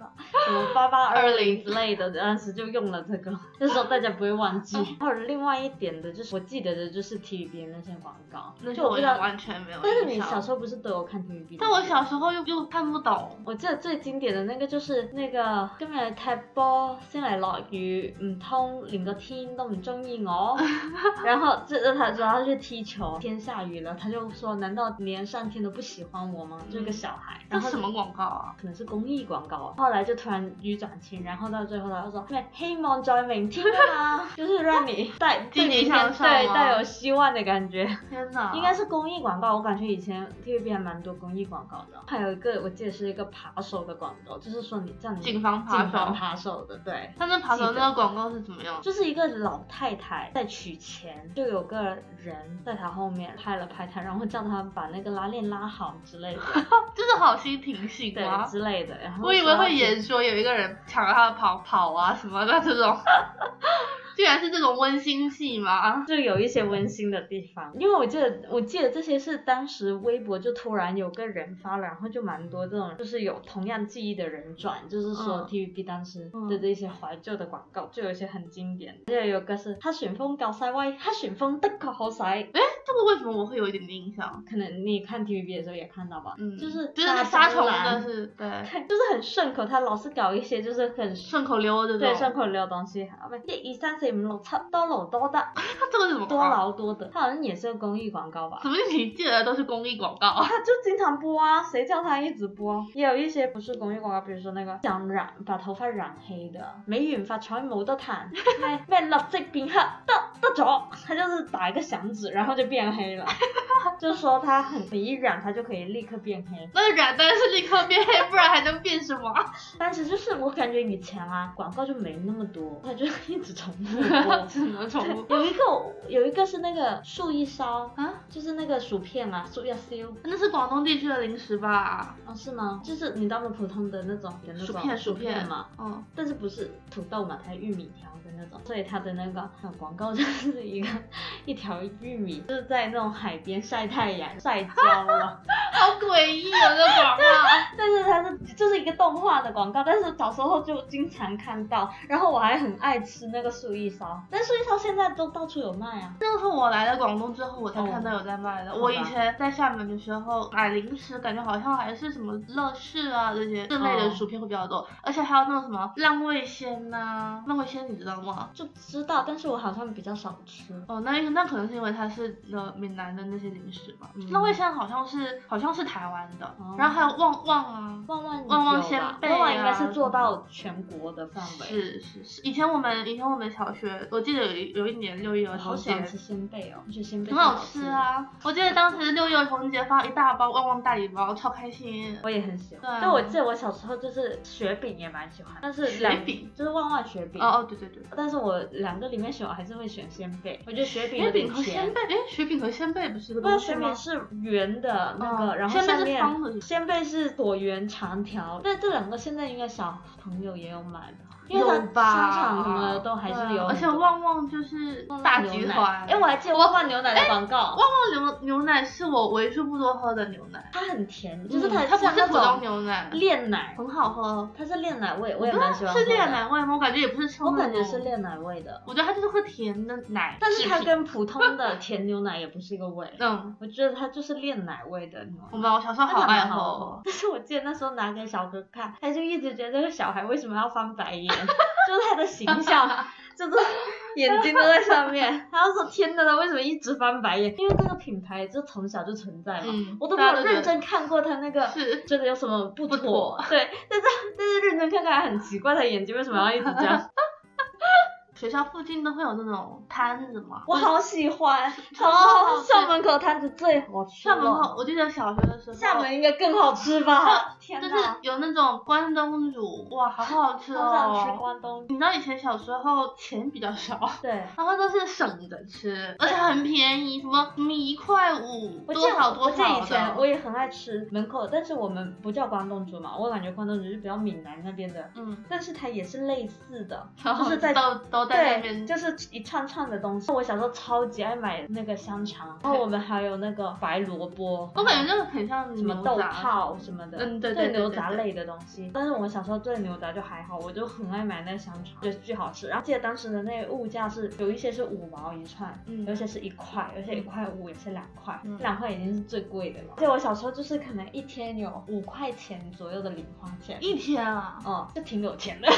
Speaker 2: 么八八二零之类的，当时就用了这个，那时候大家不会忘记。 还有另外一点的就是我记得的就是 TVB 那些广告，
Speaker 1: 那是
Speaker 2: 就我
Speaker 1: 我
Speaker 2: 不
Speaker 1: 也
Speaker 2: 知道。
Speaker 1: 完全没有。
Speaker 2: 但是你小时，候不是都有看 TVB？的
Speaker 1: 但我小时候又又看不懂。
Speaker 2: 我记得最經典的那個就是那個今日踢波先嚟落雨，唔通連個天都唔中 意我？然後这他说他去踢球，天下雨了，他就說難道連上天都不喜歡我嗎？就是個小孩，
Speaker 1: 这
Speaker 2: 然後
Speaker 1: 什么廣告啊？
Speaker 2: 可能是公益廣告，後來就突然雨轉晴，然後到最後他就說咩希望在明天 啊，就是讓你帶對
Speaker 1: 積極
Speaker 2: 明天
Speaker 1: 向上啊
Speaker 2: 對
Speaker 1: 嗎
Speaker 2: 帶有希望的感覺。
Speaker 1: 天哪！
Speaker 2: 应该是公益广告，我感觉以前 TVB 还蛮多公益广告的。还有一个我记得是一个扒手的广告，就是说你叫你
Speaker 1: 警方扒手
Speaker 2: 警方扒手的，对。
Speaker 1: 他那爬
Speaker 2: 记
Speaker 1: 手
Speaker 2: 得
Speaker 1: 那个廣告是怎么样？
Speaker 2: 就是一个老太太在取钱，就有个人在她后面拍了拍她，然后叫她把那个拉链拉好之 类的，
Speaker 1: 就是好心提醒
Speaker 2: 对
Speaker 1: 啊。
Speaker 2: 之类的。然后
Speaker 1: 我以为
Speaker 2: 说
Speaker 1: 会演说有一个人抢了他的跑跑啊什么的这 种，居然是这种温馨戏吗？哎
Speaker 2: 就有一些温馨的地方，因为我记得，我记得这些是当时微博就突然有个人发了，然后就蛮多这种，就是有同样记忆的人转，就是说
Speaker 1: 嗯
Speaker 2: TVB 当时
Speaker 1: 嗯
Speaker 2: 的这些怀旧的广告，就有一些很经典。就有一个是黑旋風夠晒威，黑旋風的確 好使，
Speaker 1: 这个为什么我会有一点印象？啊
Speaker 2: 可能你看 TVB 的时候也看到吧，
Speaker 1: 嗯，
Speaker 2: 就是
Speaker 1: 就是那
Speaker 2: 沙
Speaker 1: 杀虫
Speaker 2: 兰
Speaker 1: 的是对
Speaker 2: 对就是很顺口，他老是搞一些就是很
Speaker 1: 顺口溜这
Speaker 2: 对
Speaker 1: 种
Speaker 2: 顺。口溜的东西，啊不一二三四五六七多勞多得，
Speaker 1: 他这个是什么
Speaker 2: 多
Speaker 1: 广告？
Speaker 2: 劳多得，他好像也是个公益广告吧
Speaker 1: 怎。么你记得都是公益广告？
Speaker 2: 他就经常播啊，谁叫他一直播？也有一些不是公益广告，比如说那个想染把头发染黑的，美源發彩冇得 彈，咩咩立即變黑得得咗，他就是打一个响指，然后就变黑了， 就说他很你一染他就可以立刻变黑。
Speaker 1: 那染灯是立刻变黑，不然还能变什么？。
Speaker 2: 但是就是我感觉以前啊，广告就没那么多，他就一直重复播
Speaker 1: 只能重复
Speaker 2: 有一个有一个是那个树一烧，
Speaker 1: 啊！
Speaker 2: 就是那个薯片嘛，树一烧。
Speaker 1: 那是广东地区的零食吧？
Speaker 2: 哦，是吗？就是你当的普通的那种的那种
Speaker 1: 薯片，
Speaker 2: 薯
Speaker 1: 薯片
Speaker 2: 嘛，，
Speaker 1: 嗯，
Speaker 2: 但是不是土豆嘛，它是玉米条的那种，所以它的那个、呃广告就是一个 一条玉米，就是在那种海边晒太阳晒焦 了，啊
Speaker 1: 好诡异哦，这广告。
Speaker 2: 但是它是就是一个动画的广告，但是小时候就经常看到，然后我还很爱吃那个树叶烧，但树叶烧现在都到处有卖啊，
Speaker 1: 那是 我来了广东之后，我才看到有在卖的。
Speaker 2: 哦
Speaker 1: 我以前在厦门的时候买零食，感觉好像还是什么乐事啊这些这类
Speaker 2: 哦
Speaker 1: 的薯片会比较多，而且还有那种什么浪味仙呐、浪味仙你知道吗？
Speaker 2: 就知道，但是我好像比较少吃。
Speaker 1: 哦，那那可能是因为它是呃闽南的那些零食嘛
Speaker 2: 嗯。
Speaker 1: 浪味仙好像是好像像是台湾的，
Speaker 2: 哦
Speaker 1: 然后还有旺旺啊，
Speaker 2: 旺旺
Speaker 1: 旺旺
Speaker 2: 有吧
Speaker 1: 仙贝
Speaker 2: 旺旺应
Speaker 1: 啊
Speaker 2: 该是做到全国的范围。
Speaker 1: 是是是，以前我们以前我们小学，我记得有一有一年六一儿
Speaker 2: 我好
Speaker 1: 童
Speaker 2: 喜欢
Speaker 1: 节。
Speaker 2: 吃鲜贝哦，我觉得鲜贝
Speaker 1: 很好吃。啊！我记得当时六一儿童节发一大包旺旺大礼包，超开心。
Speaker 2: 我也很喜欢，
Speaker 1: 对啊
Speaker 2: 但我记得我小时候就是雪饼也蛮喜欢，但是
Speaker 1: 雪
Speaker 2: 两
Speaker 1: 饼
Speaker 2: 就是旺旺雪饼，
Speaker 1: 哦哦，对对对，
Speaker 2: 但是我两个里面选，我还是会选鲜贝。我觉得雪饼有
Speaker 1: 雪
Speaker 2: 点
Speaker 1: 饼和
Speaker 2: 甜
Speaker 1: 鲜，贝，哎，雪饼和鲜贝不是一个
Speaker 2: 不过
Speaker 1: 东西
Speaker 2: 啊雪饼
Speaker 1: 吗？
Speaker 2: 是圆的那个，
Speaker 1: 嗯
Speaker 2: 然后
Speaker 1: 鲜贝
Speaker 2: 下
Speaker 1: 是方的是不
Speaker 2: 面
Speaker 1: 是
Speaker 2: 鲜贝是椭圆长条。但这两个现在应该小朋友也有买吧？因为
Speaker 1: 有
Speaker 2: 它
Speaker 1: 吧？
Speaker 2: 商场什么的都还是
Speaker 1: 对啊
Speaker 2: 有
Speaker 1: 而
Speaker 2: 很
Speaker 1: 且
Speaker 2: 多，
Speaker 1: 旺旺就是大集团。
Speaker 2: 哎，我还记得旺旺牛奶
Speaker 1: 哎
Speaker 2: 的广告
Speaker 1: 旺，旺牛牛奶是我为数不多喝的牛奶，
Speaker 2: 它很甜，就是
Speaker 1: 嗯它
Speaker 2: 它
Speaker 1: 不
Speaker 2: 像
Speaker 1: 是
Speaker 2: 那
Speaker 1: 普通
Speaker 2: 种
Speaker 1: 牛奶，
Speaker 2: 炼奶，
Speaker 1: 很好喝。
Speaker 2: 它是炼奶味，我也蛮喜欢喝
Speaker 1: 是
Speaker 2: 的。
Speaker 1: 炼奶味吗？我感觉也不是像
Speaker 2: 我
Speaker 1: 那
Speaker 2: 感觉
Speaker 1: 种
Speaker 2: 是炼奶味的，
Speaker 1: 我觉得它就是喝甜的奶制品，
Speaker 2: 但是它跟普通的 甜牛奶也不是一个味。
Speaker 1: 嗯，
Speaker 2: 我觉得它就是炼奶味的牛
Speaker 1: 我
Speaker 2: 奶。
Speaker 1: 们我小时候好爱喝哦，
Speaker 2: 但是我记得那时候拿给小哥看，他就一直觉得这个小孩为什么要翻 白眼，就是他的形象，就是眼睛都在上面。他就说：“天呐，他为什么一直翻白眼？因为这个品牌就从小就存在嘛，
Speaker 1: 嗯
Speaker 2: 我都没有
Speaker 1: 大家都觉得
Speaker 2: 认真看过他那个
Speaker 1: 是
Speaker 2: 真的有什么不
Speaker 1: 不
Speaker 2: 妥。
Speaker 1: 妥
Speaker 2: 对，但是但是认真看看还很奇怪，他眼睛为什么要一直这样？
Speaker 1: 学校附近都会有那种摊子嘛。
Speaker 2: 我好喜欢，
Speaker 1: 好好
Speaker 2: 好，
Speaker 1: 吃
Speaker 2: 校门口摊子最好吃了
Speaker 1: 校门口，我记得小学的时候，
Speaker 2: 厦门应该更好吃吧？ 天
Speaker 1: 就
Speaker 2: 哪，
Speaker 1: 是有那种关东煮，哇，好好吃
Speaker 2: 好想吃
Speaker 1: 哦。
Speaker 2: 关东。
Speaker 1: 你知道以前小时候钱比较少，
Speaker 2: 哦对，
Speaker 1: 然后都是省着吃，而且很便宜，什么什么一块五，
Speaker 2: 我记
Speaker 1: 多
Speaker 2: 得
Speaker 1: 少多
Speaker 2: 我记得
Speaker 1: 少
Speaker 2: 以前
Speaker 1: 的。
Speaker 2: 我也很爱吃门口，但是我们不叫关东煮嘛，我感觉关东煮是比较闽南那边的，
Speaker 1: 嗯，
Speaker 2: 但是它也是类似的，
Speaker 1: 然后
Speaker 2: 就是在
Speaker 1: 都都在那
Speaker 2: 对，
Speaker 1: 边，
Speaker 2: 就是一串串的东西。我小时候超级爱买那个香肠，然后我们还有那个白萝卜，
Speaker 1: 我感觉那个很像
Speaker 2: 什么
Speaker 1: 牛
Speaker 2: 豆
Speaker 1: 杂
Speaker 2: 泡什么的，
Speaker 1: 嗯对对
Speaker 2: 对
Speaker 1: 对
Speaker 2: 牛
Speaker 1: 对
Speaker 2: 杂
Speaker 1: 对
Speaker 2: 类的东西。但是我们小时候对牛杂就还好，我就很爱买那个香肠，觉得巨好吃。然后记得当时的那个物价是有一些是五毛一串，
Speaker 1: 嗯
Speaker 2: 有一些是一块，有一些一块五，有些两块，
Speaker 1: 嗯
Speaker 2: 两块已经是最贵的了。记得我小时候就是可能一天有五块钱左右的零花钱，
Speaker 1: 一天啊，
Speaker 2: 嗯，就挺有钱的。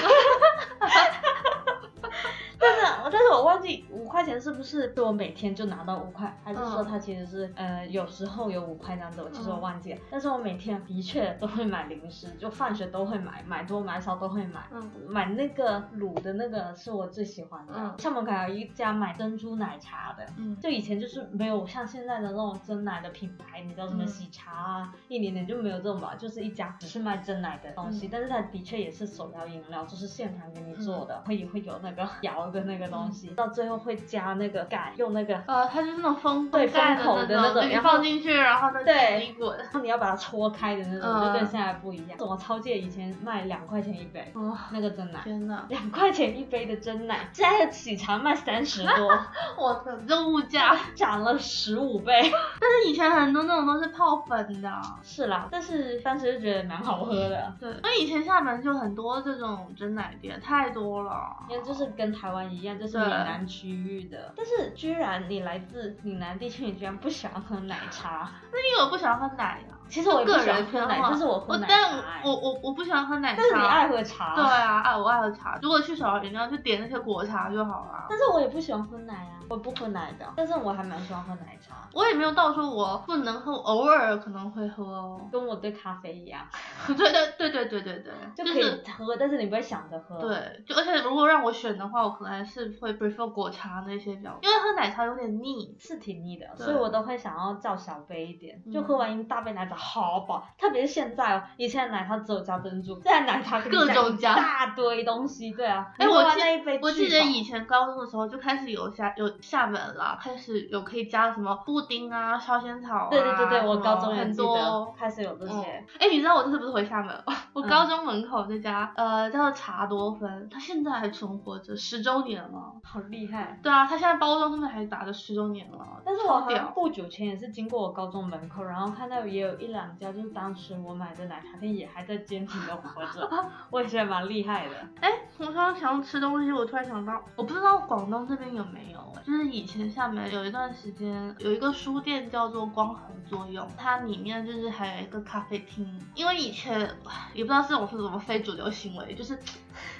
Speaker 2: 但是，但是我忘记五块钱是不是我每天就拿到五块，还是说
Speaker 1: 嗯
Speaker 2: 它其实是、呃有时候有五块这样子，我其实
Speaker 1: 嗯
Speaker 2: 我忘记了。但是我每天的确都会买零食，就放学都会买，买多买少都会买。
Speaker 1: 嗯，
Speaker 2: 买那个卤的那个是我最喜欢的。
Speaker 1: 嗯
Speaker 2: 厦门口有一家买珍珠奶茶的，
Speaker 1: 嗯，
Speaker 2: 就以前就是没有像现在的那种真奶的品牌，你知道什么
Speaker 1: 嗯
Speaker 2: 喜茶啊、一点点就没有这种吧，就是一家只是卖真奶的东西，
Speaker 1: 嗯
Speaker 2: 但是它的确也是手摇饮料，就是现场给你做
Speaker 1: 嗯
Speaker 2: 的，会会有那个摇的那个东西，到最后会加那个盖，用那个。
Speaker 1: 呃，它就是那种封
Speaker 2: 对
Speaker 1: 盖
Speaker 2: 封口的那
Speaker 1: 那
Speaker 2: 种
Speaker 1: 就你
Speaker 2: 然后
Speaker 1: 放进去，然后再
Speaker 2: 对
Speaker 1: 自己滚，
Speaker 2: 你要把它搓开的那种，
Speaker 1: 嗯
Speaker 2: 就跟现在不一样。我超界以前卖两块钱一杯
Speaker 1: 哦，
Speaker 2: 那个真奶，
Speaker 1: 天哪，
Speaker 2: 两块钱一杯的真奶，现在的喜茶卖三十 多，
Speaker 1: 我操，这物价！
Speaker 2: 涨了十五倍。
Speaker 1: 但是以前很多那种都是泡粉的，
Speaker 2: 是啦，但是当时就觉得蛮好喝的。
Speaker 1: 对，所以以前厦门就很多这种蒸奶店，太多了。
Speaker 2: 因为就是跟台湾一样，就是
Speaker 1: 对
Speaker 2: 闽南区域的。但是居然你来自闽南地区，你居然不喜欢喝奶茶。
Speaker 1: 因为我不喜欢喝奶啊，
Speaker 2: 其实我也不
Speaker 1: 个
Speaker 2: 喜欢
Speaker 1: 人
Speaker 2: 喝
Speaker 1: 偏
Speaker 2: 奶，
Speaker 1: 好。
Speaker 2: 但是我喝奶茶、
Speaker 1: 但
Speaker 2: 哎
Speaker 1: 我我我不喜欢喝奶茶。
Speaker 2: 但是你爱喝茶。
Speaker 1: 对。啊，爱我爱喝茶。如果去手摇饮料，就点那些果茶就好了。
Speaker 2: 但是我也不喜欢喝奶啊，我不喝奶的。但是我还蛮喜欢喝奶茶，
Speaker 1: 我也没有到说我不能喝，偶尔可能会喝哦。
Speaker 2: 跟我对咖啡一样，
Speaker 1: 对对对对对对对，
Speaker 2: 就
Speaker 1: 就是
Speaker 2: 可以喝，但是你不会想着喝。。
Speaker 1: 对，就而且如果让我选的话，我可能还是会 prefer 果茶那些比较，因为喝奶茶有点腻。
Speaker 2: 是挺腻的，
Speaker 1: 对
Speaker 2: 所以我都会想要叫小杯一点，
Speaker 1: 嗯
Speaker 2: 就喝完一大杯奶茶好饱，特别是现在哦，以前的奶茶只有加珍珠，现在奶茶给你
Speaker 1: 各种
Speaker 2: 加
Speaker 1: 加
Speaker 2: 一大堆东西，对啊，
Speaker 1: 哎，
Speaker 2: 你
Speaker 1: 我
Speaker 2: 喝完
Speaker 1: 记
Speaker 2: 那一杯
Speaker 1: 我记得
Speaker 2: 巨饱
Speaker 1: 以前高中的时候就开始有厦有厦门啦，开始有可以加什么布丁啊、烧仙草啊，
Speaker 2: 对对对对，我
Speaker 1: 什么
Speaker 2: 高中也
Speaker 1: 很
Speaker 2: 记
Speaker 1: 多
Speaker 2: 得
Speaker 1: 哦。
Speaker 2: 开始有这
Speaker 1: 嗯
Speaker 2: 些，，
Speaker 1: 哎，你知道我这次不是回厦门吗？
Speaker 2: 嗯
Speaker 1: 我高中门口那家、呃叫做茶多芬，它现在还存活着，十周年了。
Speaker 2: 好厉害。
Speaker 1: 对啊，它现在包装上面还打着十周年了，
Speaker 2: 但是我
Speaker 1: 超
Speaker 2: 好像
Speaker 1: 屌。
Speaker 2: 不久前也是经过我高中门口，然后看到也有一两家，就是当时我买的奶茶店也还在坚挺的活 着，我也觉得蛮厉害的。
Speaker 1: 哎，我突然想要吃东西，我突然想到，我不知道广东这边有没有，就是以前厦门有一段时间有一个书店叫做光合作用，它里面就是还有一个咖啡厅，因为以前唉也不知道这种是什么非主流行为，就是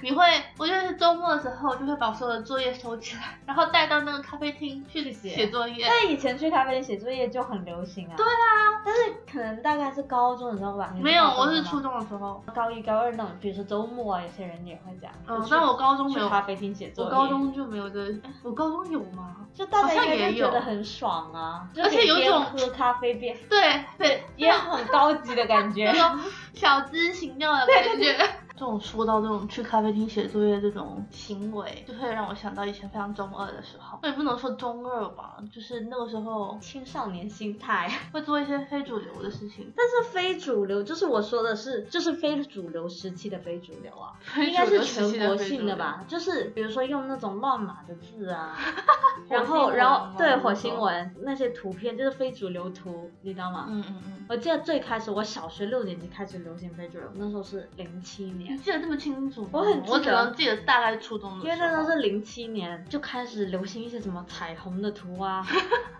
Speaker 1: 你会，我就是周末的时候就会把所有的作业收起来，然后带到那个咖啡厅去
Speaker 2: 去写
Speaker 1: 写作业。哎
Speaker 2: 但以前去咖啡店写作业就很流行啊。对啊，但是可能大概是高中的时候吧。
Speaker 1: 没有，我是初
Speaker 2: 出
Speaker 1: 中的时候，
Speaker 2: 高一高二那种，比如说周末啊，有些人也会这样。
Speaker 1: 嗯
Speaker 2: 就，去
Speaker 1: 但我高中没
Speaker 2: 去
Speaker 1: 有，
Speaker 2: 咖啡厅写作
Speaker 1: 我
Speaker 2: 业。
Speaker 1: 高中就没有这，哎我高中有吗？
Speaker 2: 就大家
Speaker 1: 好像
Speaker 2: 应该
Speaker 1: 也
Speaker 2: 就
Speaker 1: 有
Speaker 2: 觉得很爽啊，就
Speaker 1: 哦而且
Speaker 2: 可以
Speaker 1: 有一
Speaker 2: 边
Speaker 1: 种
Speaker 2: 喝咖啡 边
Speaker 1: 对对，
Speaker 2: 也很高级的感觉
Speaker 1: 那。种 小资行动的感觉。 这种说到这种去咖啡厅写作业这种行为，就会让我想到以前非常中二的时候，也不能说中二吧，就是那个时候
Speaker 2: 青少年心态，
Speaker 1: 会做一些非主流的事情。
Speaker 2: 但是非主流就是我说的是，就是非主流时期的非主流啊， 应
Speaker 1: 应
Speaker 2: 该是全国性的？吧？就是比如说用那种乱码的 字啊，然
Speaker 1: 火星
Speaker 2: 后
Speaker 1: 文
Speaker 2: 然后
Speaker 1: 吗
Speaker 2: 对火星文那些图片就是非主流图，你知道吗？
Speaker 1: 嗯嗯嗯。
Speaker 2: 我记得最开始我小学六年级开始流行非主流，那时候是零七
Speaker 1: 你
Speaker 2: 年，
Speaker 1: 嗯记得这么清楚吗？
Speaker 2: 我很记得
Speaker 1: 我只能记得大概初中的
Speaker 2: 因
Speaker 1: 时候，
Speaker 2: 为那时候是零七年就开始流行一些什么彩虹的 图啊，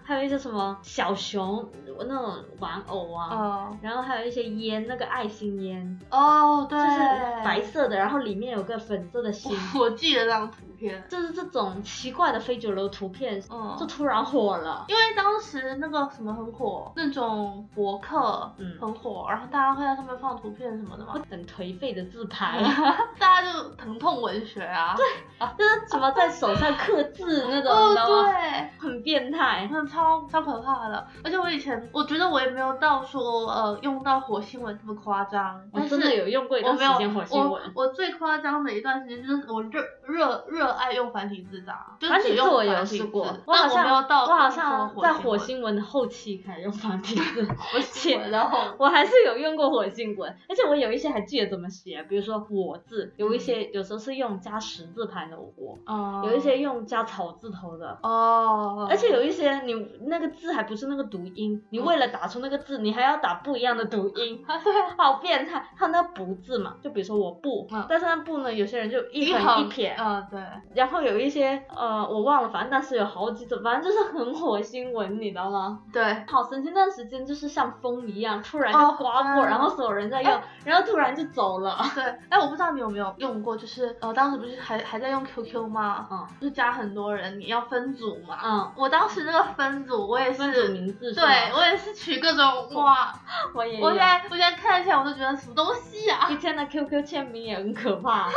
Speaker 2: 还有一些什么小熊那种玩偶啊。
Speaker 1: 嗯
Speaker 2: 然后还有一些烟，那个爱心烟，
Speaker 1: 哦对，
Speaker 2: 就是白色的，然后里面有个粉色的心，
Speaker 1: 我我记得那张图片，
Speaker 2: 就是这种奇怪的非主流图片，
Speaker 1: 嗯
Speaker 2: 就突然火了。
Speaker 1: 因为当时那个什么很火，那种博客
Speaker 2: 嗯
Speaker 1: 很火，然后大家会在上面放图片什么的嘛，
Speaker 2: 很颓废的自拍，
Speaker 1: 嗯大家就疼痛文学啊，对，
Speaker 2: 就是什么在手上刻字那种，你知道
Speaker 1: 哦
Speaker 2: 吗？很变态
Speaker 1: 对，。那超超可怕的。而且我以前我觉得我也没有到说呃用到火星文这么夸张，
Speaker 2: 我
Speaker 1: 但是
Speaker 2: 哦真的有用过一
Speaker 1: 我
Speaker 2: 段
Speaker 1: 没
Speaker 2: 时
Speaker 1: 有
Speaker 2: 间火星
Speaker 1: 我
Speaker 2: 文，
Speaker 1: 我最夸张的一段时间就是我热热热爱用繁体字打，就
Speaker 2: 繁
Speaker 1: 只
Speaker 2: 体字
Speaker 1: 用
Speaker 2: 我有
Speaker 1: 繁体
Speaker 2: 试
Speaker 1: 字
Speaker 2: 过，我好
Speaker 1: 但
Speaker 2: 像
Speaker 1: 没有到
Speaker 2: 我
Speaker 1: 说
Speaker 2: 好像在
Speaker 1: 火
Speaker 2: 火
Speaker 1: 星
Speaker 2: 星文的后期开始用繁 体字，
Speaker 1: 文写
Speaker 2: 写
Speaker 1: 然后
Speaker 2: 我还是有用过火星文，而且我有一些还记得怎么写，啊比如说“我”字，有一些有时候是用加十字旁的“我”，
Speaker 1: 嗯哦
Speaker 2: 有一些用加草字头的。
Speaker 1: 哦，
Speaker 2: 而且有一些你那个字还不是那个读音，你为了打出那个字，你还要打不一样的读音，好变态。还有那个不字嘛，就比如说我不
Speaker 1: 嗯，
Speaker 2: 但是那不呢，有些人就一
Speaker 1: 一
Speaker 2: 横
Speaker 1: 横
Speaker 2: 一撇，
Speaker 1: 嗯对。
Speaker 2: 然后有一些呃我忘了，反正但是有好几种，反正就是很火星文，你知道吗？
Speaker 1: 对，
Speaker 2: 好神奇，那段时间就是像风一样，突然
Speaker 1: 哦
Speaker 2: 就刮过，
Speaker 1: 嗯
Speaker 2: 然后所有人在用，然后突然就走了。
Speaker 1: 对，哎，我不知道你有没有用过，就是呃，当时不是还还在用 QQ 吗？
Speaker 2: 嗯
Speaker 1: 就是加很多人，你要分组嘛。
Speaker 2: 嗯，
Speaker 1: 我当时那个分组，我也
Speaker 2: 分组
Speaker 1: 是，
Speaker 2: 名字
Speaker 1: 嗯
Speaker 2: 是
Speaker 1: 对
Speaker 2: 吗？
Speaker 1: 我也是取各种哇，
Speaker 2: 我也有
Speaker 1: 我现在我现在看起来我都觉得什么东西啊？
Speaker 2: 以前的 QQ 签名也很可 怕，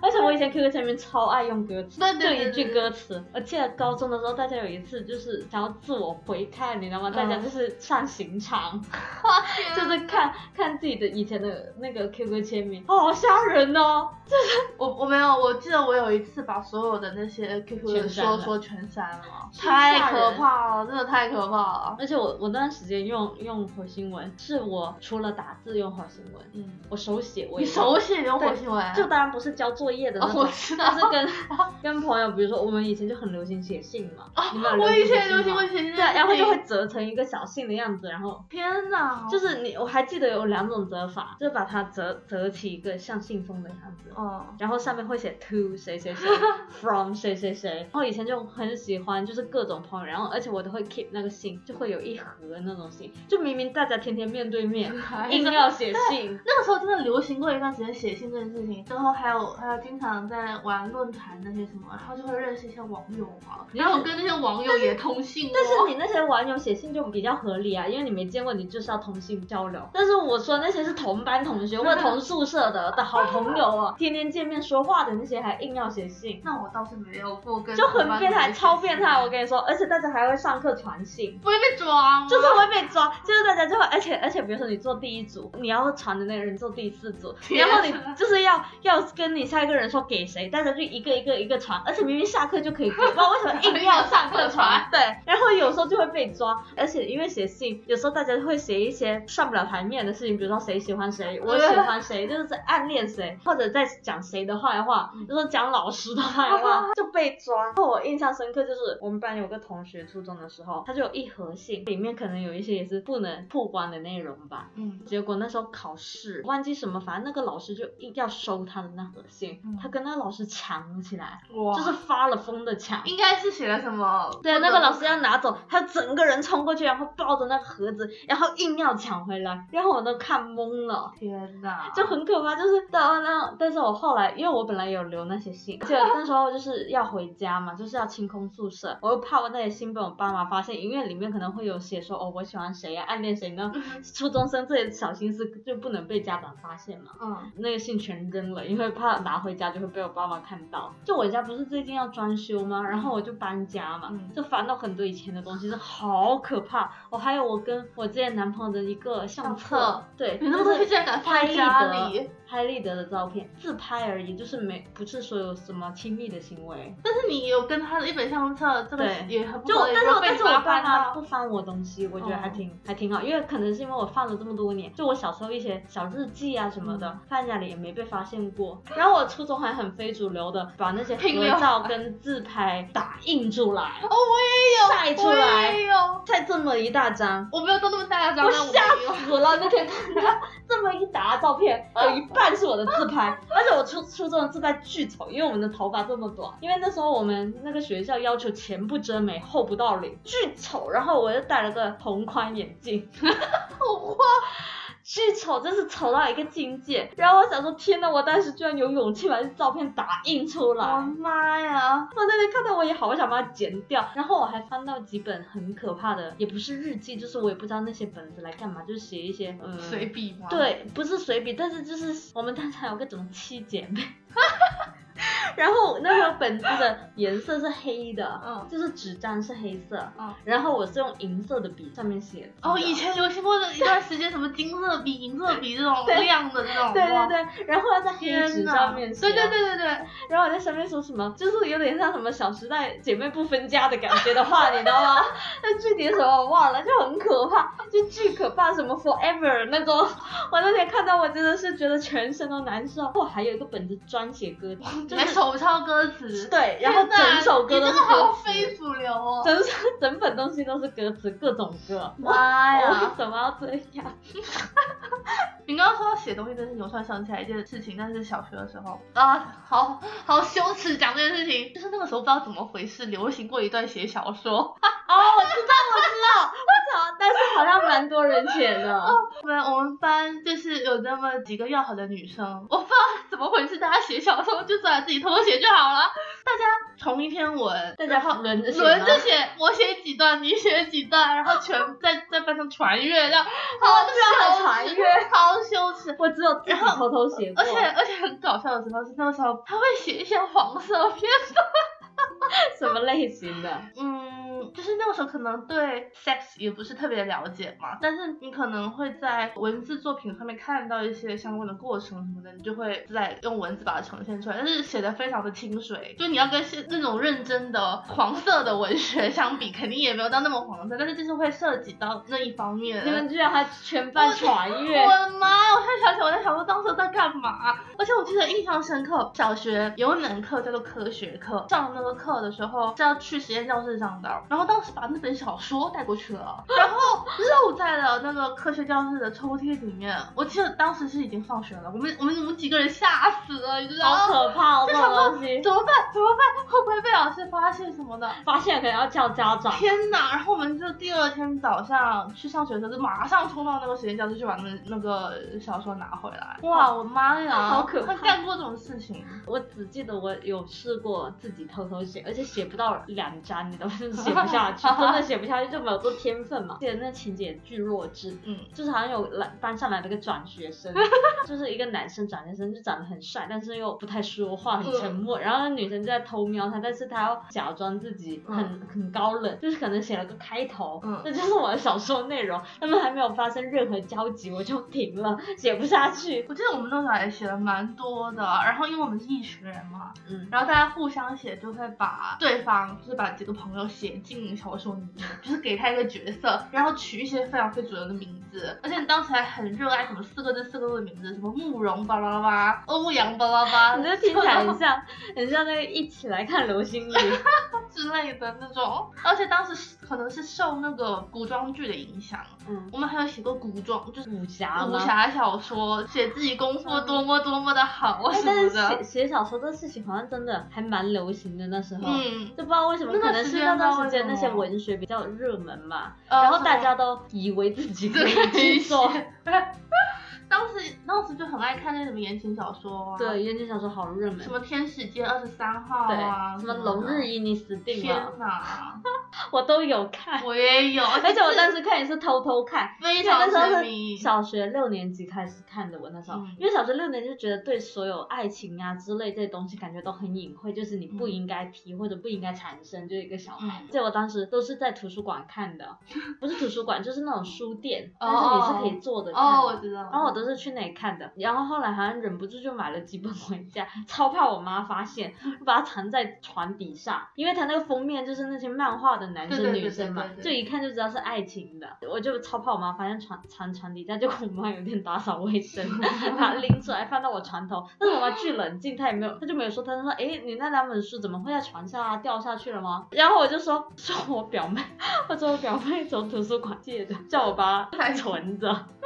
Speaker 2: 而且我以前 QQ 签名超爱用歌词，
Speaker 1: 对对
Speaker 2: 就
Speaker 1: 对
Speaker 2: 一句
Speaker 1: 对
Speaker 2: 歌词。我记得高中的时候，大家有一次就是想要自我回看，你知道吗？大家
Speaker 1: 嗯
Speaker 2: 就是上 刑场，
Speaker 1: 天啊
Speaker 2: 就是看看自己的以前的那个 QQ 签名，哦，好吓人哦！
Speaker 1: 我我没有，我记得我有一次把所有的那些 QQ 的
Speaker 2: 全删
Speaker 1: 说
Speaker 2: 了
Speaker 1: 说全删了，
Speaker 2: 太
Speaker 1: 太可
Speaker 2: 吓人
Speaker 1: 怕了，真的太可怕了。
Speaker 2: 而且我我那段时间用用火星文，是我除了打字用火星文，
Speaker 1: 嗯，
Speaker 2: 我手写我
Speaker 1: 你
Speaker 2: 也
Speaker 1: 手写用
Speaker 2: 对
Speaker 1: 火星文？
Speaker 2: 就当然不是交作业的那
Speaker 1: 哦，
Speaker 2: 种，
Speaker 1: 我知道
Speaker 2: 但。是跟跟朋友，比如说我们以前就很流行写信嘛，你们有
Speaker 1: 啊我以前
Speaker 2: 流
Speaker 1: 流
Speaker 2: 行
Speaker 1: 行
Speaker 2: 过
Speaker 1: 过哎
Speaker 2: 信吗。
Speaker 1: 写信，
Speaker 2: 对啊，然后就会折成一个小信的样子，然后
Speaker 1: 天哪，
Speaker 2: 就是你，我还记得有两种折法，就是把它折折起一个像信封的样子，
Speaker 1: 嗯，
Speaker 2: 然后上面会写 to 谁 谁谁 from 谁谁谁，然后以前就很喜欢，就是各种朋友，然后而且我都会 keep 那个信，就会有一盒那种信，就明明大家天天面对 面，硬要写信，
Speaker 1: 那个时候真的流行过一段时间写信这件事情，然后还有还有经常在玩论坛那些什么，然后就会认识一些网友嘛，
Speaker 2: 你是
Speaker 1: 然后我跟那些网友也通信、哦，
Speaker 2: 但是你那些网友写信就比较合理啊，因为你没见过，你就是要通信交流。但是我说那些是同班同学或者同宿舍的的好朋友啊，天天见面说话的那些还硬要写信，
Speaker 1: 那我倒是没有过跟
Speaker 2: 就很变
Speaker 1: 同班
Speaker 2: 态，
Speaker 1: 同学
Speaker 2: 超变态！我跟你说，而且大家还会上课传信。
Speaker 1: 不会被抓吗？
Speaker 2: 就是会被抓，就是大家就会，而且而且，比如说你做第一组，你要传的那个人做第四组，
Speaker 1: 天
Speaker 2: 然
Speaker 1: 啊
Speaker 2: 后你就是要要跟你下一个人说给谁，大家就一个一个一个传，而且明明下课就可以给，不知道为什么硬要上课传， 对，然后有时候就会被抓，而且因为写信，有时候大家会写一些上不了台面的事情，比如说谁喜欢谁，我喜欢谁，就是在暗恋
Speaker 1: 嗯
Speaker 2: 谁，或者在讲谁的坏话，就是讲老师的坏话， 就被抓。然后我印象深刻就是我们班有个同学，初中的时候，他就有一盒信，里面可能有一些也是不能曝光的内容吧，
Speaker 1: 嗯，
Speaker 2: 结果那时候考试忘记什么，反正那个老师就硬要收他的那盒信，
Speaker 1: 嗯
Speaker 2: 他跟那个老师抢起来，
Speaker 1: 哇，
Speaker 2: 就是发了疯的抢。
Speaker 1: 应该是写了什么？
Speaker 2: 对，那个老师要拿走，他整整个人冲过去，然后抱着那个盒子，然后硬要抢回来，然后我都看懵了。
Speaker 1: 天哪，
Speaker 2: 就很可怕，就是到那，但是我后来，因为我本来有留那些信，就那时候就是要回家嘛，就是要清空宿舍，我又怕我那些信被我爸妈发现，因为里面可能会有写说哦我喜欢谁呀、暗恋谁，呢，初中生这些小心思就不能被家长发现嘛。
Speaker 1: 嗯
Speaker 2: 那个信全扔了，因为怕拿回家就会被我爸妈看到。就我家不是最近要装修吗？然后我就搬家嘛，
Speaker 1: 嗯
Speaker 2: 就翻到很多以前的东西，是好可怕。我还有我跟我之前男朋友的一个相册，
Speaker 1: 相册
Speaker 2: 对，
Speaker 1: 你那么
Speaker 2: 就
Speaker 1: 多
Speaker 2: 是
Speaker 1: 东西竟然敢放
Speaker 2: 拍立
Speaker 1: 家
Speaker 2: 得
Speaker 1: 里。
Speaker 2: 拍立得的照片，自拍而已，就是没不是说有什么亲密的行为。
Speaker 1: 但是你有跟他的一本相册，这个
Speaker 2: 对
Speaker 1: 也很不
Speaker 2: 就
Speaker 1: 合理
Speaker 2: 但是我
Speaker 1: 被
Speaker 2: 但
Speaker 1: 你
Speaker 2: 是我
Speaker 1: 爸
Speaker 2: 爸
Speaker 1: 翻
Speaker 2: 妈
Speaker 1: 到
Speaker 2: 不翻我东西，我觉得还
Speaker 1: 哦
Speaker 2: 挺、还挺好，因为可能是因为我放了这么多年，就我小时候一些小日记啊什么的，
Speaker 1: 嗯
Speaker 2: 放在家里也没被发现 过。然后我初中还很非主流的，把那些
Speaker 1: 拼
Speaker 2: 合
Speaker 1: 了
Speaker 2: 照跟自拍打印 出来，
Speaker 1: 哦，我也有
Speaker 2: 晒出来
Speaker 1: 我也有，
Speaker 2: 再这么一大张，
Speaker 1: 我没有到那么大的张，啊
Speaker 2: 我
Speaker 1: 但
Speaker 2: 吓
Speaker 1: 我有
Speaker 2: 死了！那天看到 这么一沓照片，有一半是我的自拍，而且我初初中的自拍巨丑，因为我们的头发这么短，因为那时候我们那个学校要求前不遮眉后不到脸，巨丑。然后我又戴了个红框眼镜，
Speaker 1: 好
Speaker 2: 巨丑，真是丑到一个境界。然后我想说，天呐，我当时居然有勇气把这照片打印出来。
Speaker 1: 坏，我妈呀！
Speaker 2: 我那天看到我也好想把它剪掉，然后我还翻到几本很可怕的，也不是日记，就是我也不知道那些本子来干嘛，就是写一些嗯
Speaker 1: 随笔吗？，
Speaker 2: 对，不是随笔，但是就是我们当场有个种七姐妹， 然后那个本子的颜色是黑的，
Speaker 1: 嗯
Speaker 2: 就是纸张是黑色，
Speaker 1: 嗯
Speaker 2: 然后我是用银色的笔上面写的。
Speaker 1: 哦，以。前流行过的一段时间，什么金色笔、银色笔这种
Speaker 2: 对
Speaker 1: 亮的这种，
Speaker 2: 对
Speaker 1: 哇
Speaker 2: 对，对，然后要在黑纸
Speaker 1: 天
Speaker 2: 上
Speaker 1: 呐，
Speaker 2: 面
Speaker 1: 对
Speaker 2: 写，
Speaker 1: 对对，对对，
Speaker 2: 然后我在上面说什么，就是有点像什么《小时代》姐妹不分家的感觉的话，你知道 吗？那具体什么我忘了，就很可怕，就巨可怕，什么 forever 那种。我那天看到我真的是觉得全身都难受。我还有一个本子专写歌，
Speaker 1: 你
Speaker 2: 就
Speaker 1: 还
Speaker 2: 是
Speaker 1: 手抄歌词，
Speaker 2: 对，然后
Speaker 1: 天哪
Speaker 2: 整首歌
Speaker 1: 你
Speaker 2: 都是
Speaker 1: 这个好
Speaker 2: 歌
Speaker 1: 非
Speaker 2: 词，
Speaker 1: 主流哦，
Speaker 2: 整首整本东西都是歌词，各种歌。
Speaker 1: 妈
Speaker 2: 我
Speaker 1: 呀
Speaker 2: 为！什么要这样？
Speaker 1: 哦你刚刚说到写东西这件事情，我突然想起来一件事情，但是小学的时候啊，好好羞耻讲这件事情，就是那个时候不知道怎么回事，流行过一段写小说，
Speaker 2: 哦，我知道，我知道，我操！但是好像蛮多人写的。
Speaker 1: 我们啊我们班就是有那么几个要好的女生，我不知道怎么回事，大家写小说就算自己偷写就好了，大家同一篇文，
Speaker 2: 大
Speaker 1: 然
Speaker 2: 家
Speaker 1: 后
Speaker 2: 轮着写吗
Speaker 1: 轮着写，我写几段，你写几段，然后 全在在班上传阅，这样好
Speaker 2: 这样
Speaker 1: 羞耻，
Speaker 2: 传阅
Speaker 1: 好羞耻。
Speaker 2: 我只有自己偷偷写过
Speaker 1: 而，且而且很搞笑的时候是那个时候他会写一些黄色片段，
Speaker 2: 什么类型的？
Speaker 1: 嗯，就是那个时候可能对 sex 也不是特别了解嘛，但是你可能会在文字作品上面看到一些相关的过程什么的，你就会在用文字把它呈现出来，但是写的非常的清水，就你要跟是那种认真的黄色的文学相比，肯定也没有到那么黄色，但是就是会涉及到那一方面。
Speaker 2: 你们居然还全班传阅
Speaker 1: 嗯我，的妈！呀！我现在想起来，我在想说当时在干嘛。而且我记得印象深刻，小学有一门课叫做科学课，上那个课的时候是要去实验教室上的，然后当时把那本小说带过去 了，然后漏在了那个科学教室的抽屉里面。我记得当时是已经放学了，我们我们我们几个人吓死了，你知道吗？
Speaker 2: 好可怕哦，
Speaker 1: 就
Speaker 2: 这
Speaker 1: 想
Speaker 2: 种
Speaker 1: 说
Speaker 2: 东西。
Speaker 1: 怎么办？怎么办？会不会被老师发现什么的？
Speaker 2: 发现可能要叫家长，
Speaker 1: 天哪！然后我们就第二天早上去上学的时候，就马上冲到那个实验教室去把那那个小说拿回来。哇，我妈呀，
Speaker 2: 好可怕
Speaker 1: 她干过这种事情，
Speaker 2: 我只记得我有试过自己偷偷写，而且写不到两章，你都是写不 下去，真的写不下去，就没有这天分嘛。记得那情节巨弱智，
Speaker 1: 嗯，
Speaker 2: 就是好像有来班上来了个转 学生，就是一个男生转学生，就长得很帅，但是又不太说话，很沉默。
Speaker 1: 嗯
Speaker 2: 然后那女生就在偷瞄他，但是他要假装自己很、很高冷，就是可能写了个开头，
Speaker 1: 嗯
Speaker 2: 这就是我的小说内容。他们还没有发生任何交集，我就停 了，写不下去。
Speaker 1: 我记得我们那时候也写了蛮多的，然后因为我们是一群人嘛，
Speaker 2: 嗯，
Speaker 1: 然后大家互相写，就会把对方就是把几个朋友写进小说里面，就是给他一个角色， 然后取一些非常非主流的名字，而且你当时还很热爱什么四个字四个字的名字，什么慕容巴拉巴、欧阳巴拉巴，
Speaker 2: 你这听起来很 像，很像那个一起来看流星雨。
Speaker 1: 之类的那种，而且当时可能是受那个古装剧的影响，
Speaker 2: 嗯，
Speaker 1: 我们还有写过古装，就是
Speaker 2: 武侠
Speaker 1: 武
Speaker 2: 吗？
Speaker 1: 侠小说，写自己功夫多么多么的好啊
Speaker 2: 嗯哎
Speaker 1: 什
Speaker 2: 但
Speaker 1: 么
Speaker 2: 是
Speaker 1: 的
Speaker 2: 写。写小说这事情好像真的还蛮流行的那时候。
Speaker 1: 嗯，
Speaker 2: 就不知道为什么，
Speaker 1: 那
Speaker 2: 可
Speaker 1: 段
Speaker 2: 能
Speaker 1: 时
Speaker 2: 是
Speaker 1: 间
Speaker 2: 那段
Speaker 1: 不知道
Speaker 2: 时间
Speaker 1: 为
Speaker 2: 那
Speaker 1: 什
Speaker 2: 些
Speaker 1: 么
Speaker 2: 文学比较热门吧，
Speaker 1: 呃
Speaker 2: 然后大家都以为自己可以去做，
Speaker 1: 当时当时就很爱看那什么言情小说啊，，
Speaker 2: 对，言情小说好热门
Speaker 1: 什，么天使街二十三号
Speaker 2: 对
Speaker 1: 啊，，
Speaker 2: 什么龙日一你死定
Speaker 1: 天
Speaker 2: 了，
Speaker 1: 哪，
Speaker 2: 我都有看，
Speaker 1: 我也 有，
Speaker 2: 而且我当时看也是偷偷看，
Speaker 1: 非
Speaker 2: 因为哎
Speaker 1: 常
Speaker 2: 那时候
Speaker 1: 沉
Speaker 2: 是
Speaker 1: 迷。
Speaker 2: 小学六年级开始看的，我那时候，
Speaker 1: 嗯
Speaker 2: 因为小学六年级就觉得对所有爱情啊之类这些东西感觉都很隐晦，就是你不
Speaker 1: 嗯
Speaker 2: 应该提或者不应该产生，就是一个小孩。
Speaker 1: 嗯
Speaker 2: 所以我当时都是在图书馆看的，不是图书馆，就是那种书店，
Speaker 1: 哦
Speaker 2: 但是你是可以坐着看的。
Speaker 1: 哦，我知道。
Speaker 2: 嗯然后我都是去那里看的，然后后来好像忍不住就买了几本回家，超怕我妈发现，把它藏在床底下，因为它那个封面就是那些漫画的男
Speaker 1: 对
Speaker 2: 生
Speaker 1: 对
Speaker 2: 女
Speaker 1: 对
Speaker 2: 生嘛
Speaker 1: 对，对
Speaker 2: 就
Speaker 1: 对
Speaker 2: 一看就知道是爱情的，我就超怕我妈发现床藏床底下，就我妈有点打扫卫 生，把它拎出来放到我床头，但是我妈巨冷静，她也没有，她就没有说，她就说，哎，你那两本书怎么会在床下啊？掉下去了吗？然后我就说， 说我表妹， 我说我表妹从图书馆借的，叫我把它存着。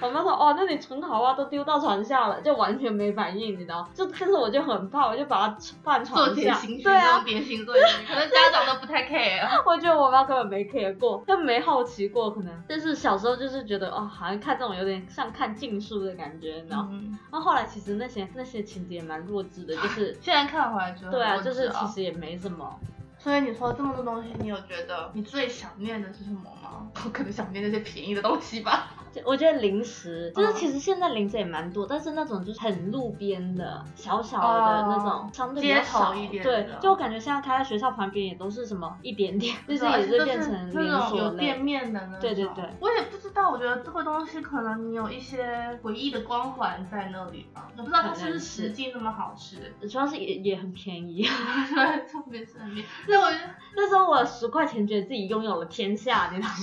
Speaker 2: 我妈说哦，那你存好啊，都丢到床下了，就完全没反应，你知道？就但是我就很怕，我就把它放
Speaker 1: 做
Speaker 2: 床
Speaker 1: 点
Speaker 2: 下
Speaker 1: 心，虚，
Speaker 2: 对啊，
Speaker 1: 别心做点心虚，可能家长都不太 care。
Speaker 2: 我觉得我妈根本没 care 过，她没好奇过可能。但是小时候就是觉得哦，好像看这种有点像看禁书的感觉，你知道？
Speaker 1: 嗯，
Speaker 2: 然后后来其实那些那些情节也蛮弱智的，就是
Speaker 1: 现在看回来觉得
Speaker 2: 对啊，
Speaker 1: 很
Speaker 2: 就
Speaker 1: 幼
Speaker 2: 是
Speaker 1: 稚
Speaker 2: 其实也没什么。
Speaker 1: 所以你说这么多东西，你有觉得你最想念的是什么吗？ 我可能想念那些便宜的东西吧。
Speaker 2: 就我觉得零食，就是
Speaker 1: 嗯
Speaker 2: 其实现在零食也蛮多，但是那种就是很路边的、小小的那种，
Speaker 1: 哦
Speaker 2: 相对比较少
Speaker 1: 街头一点的
Speaker 2: 对，就我感觉现在开在学校旁边也都是什么一点点，就是
Speaker 1: 而
Speaker 2: 也
Speaker 1: 且啊就是
Speaker 2: 变成连
Speaker 1: 那种
Speaker 2: 锁
Speaker 1: 有
Speaker 2: 类
Speaker 1: 店。面的那种。
Speaker 2: 对对对。
Speaker 1: 我也不知道，我觉得这个东西可能你有一些回忆的光环在那里吧。我不知道它是不是实际那么好吃，
Speaker 2: 主要是也也很便宜，
Speaker 1: 对，特别是很便宜。 那我就
Speaker 2: 那时候我十块钱觉得自己拥有了天下，你知道吗？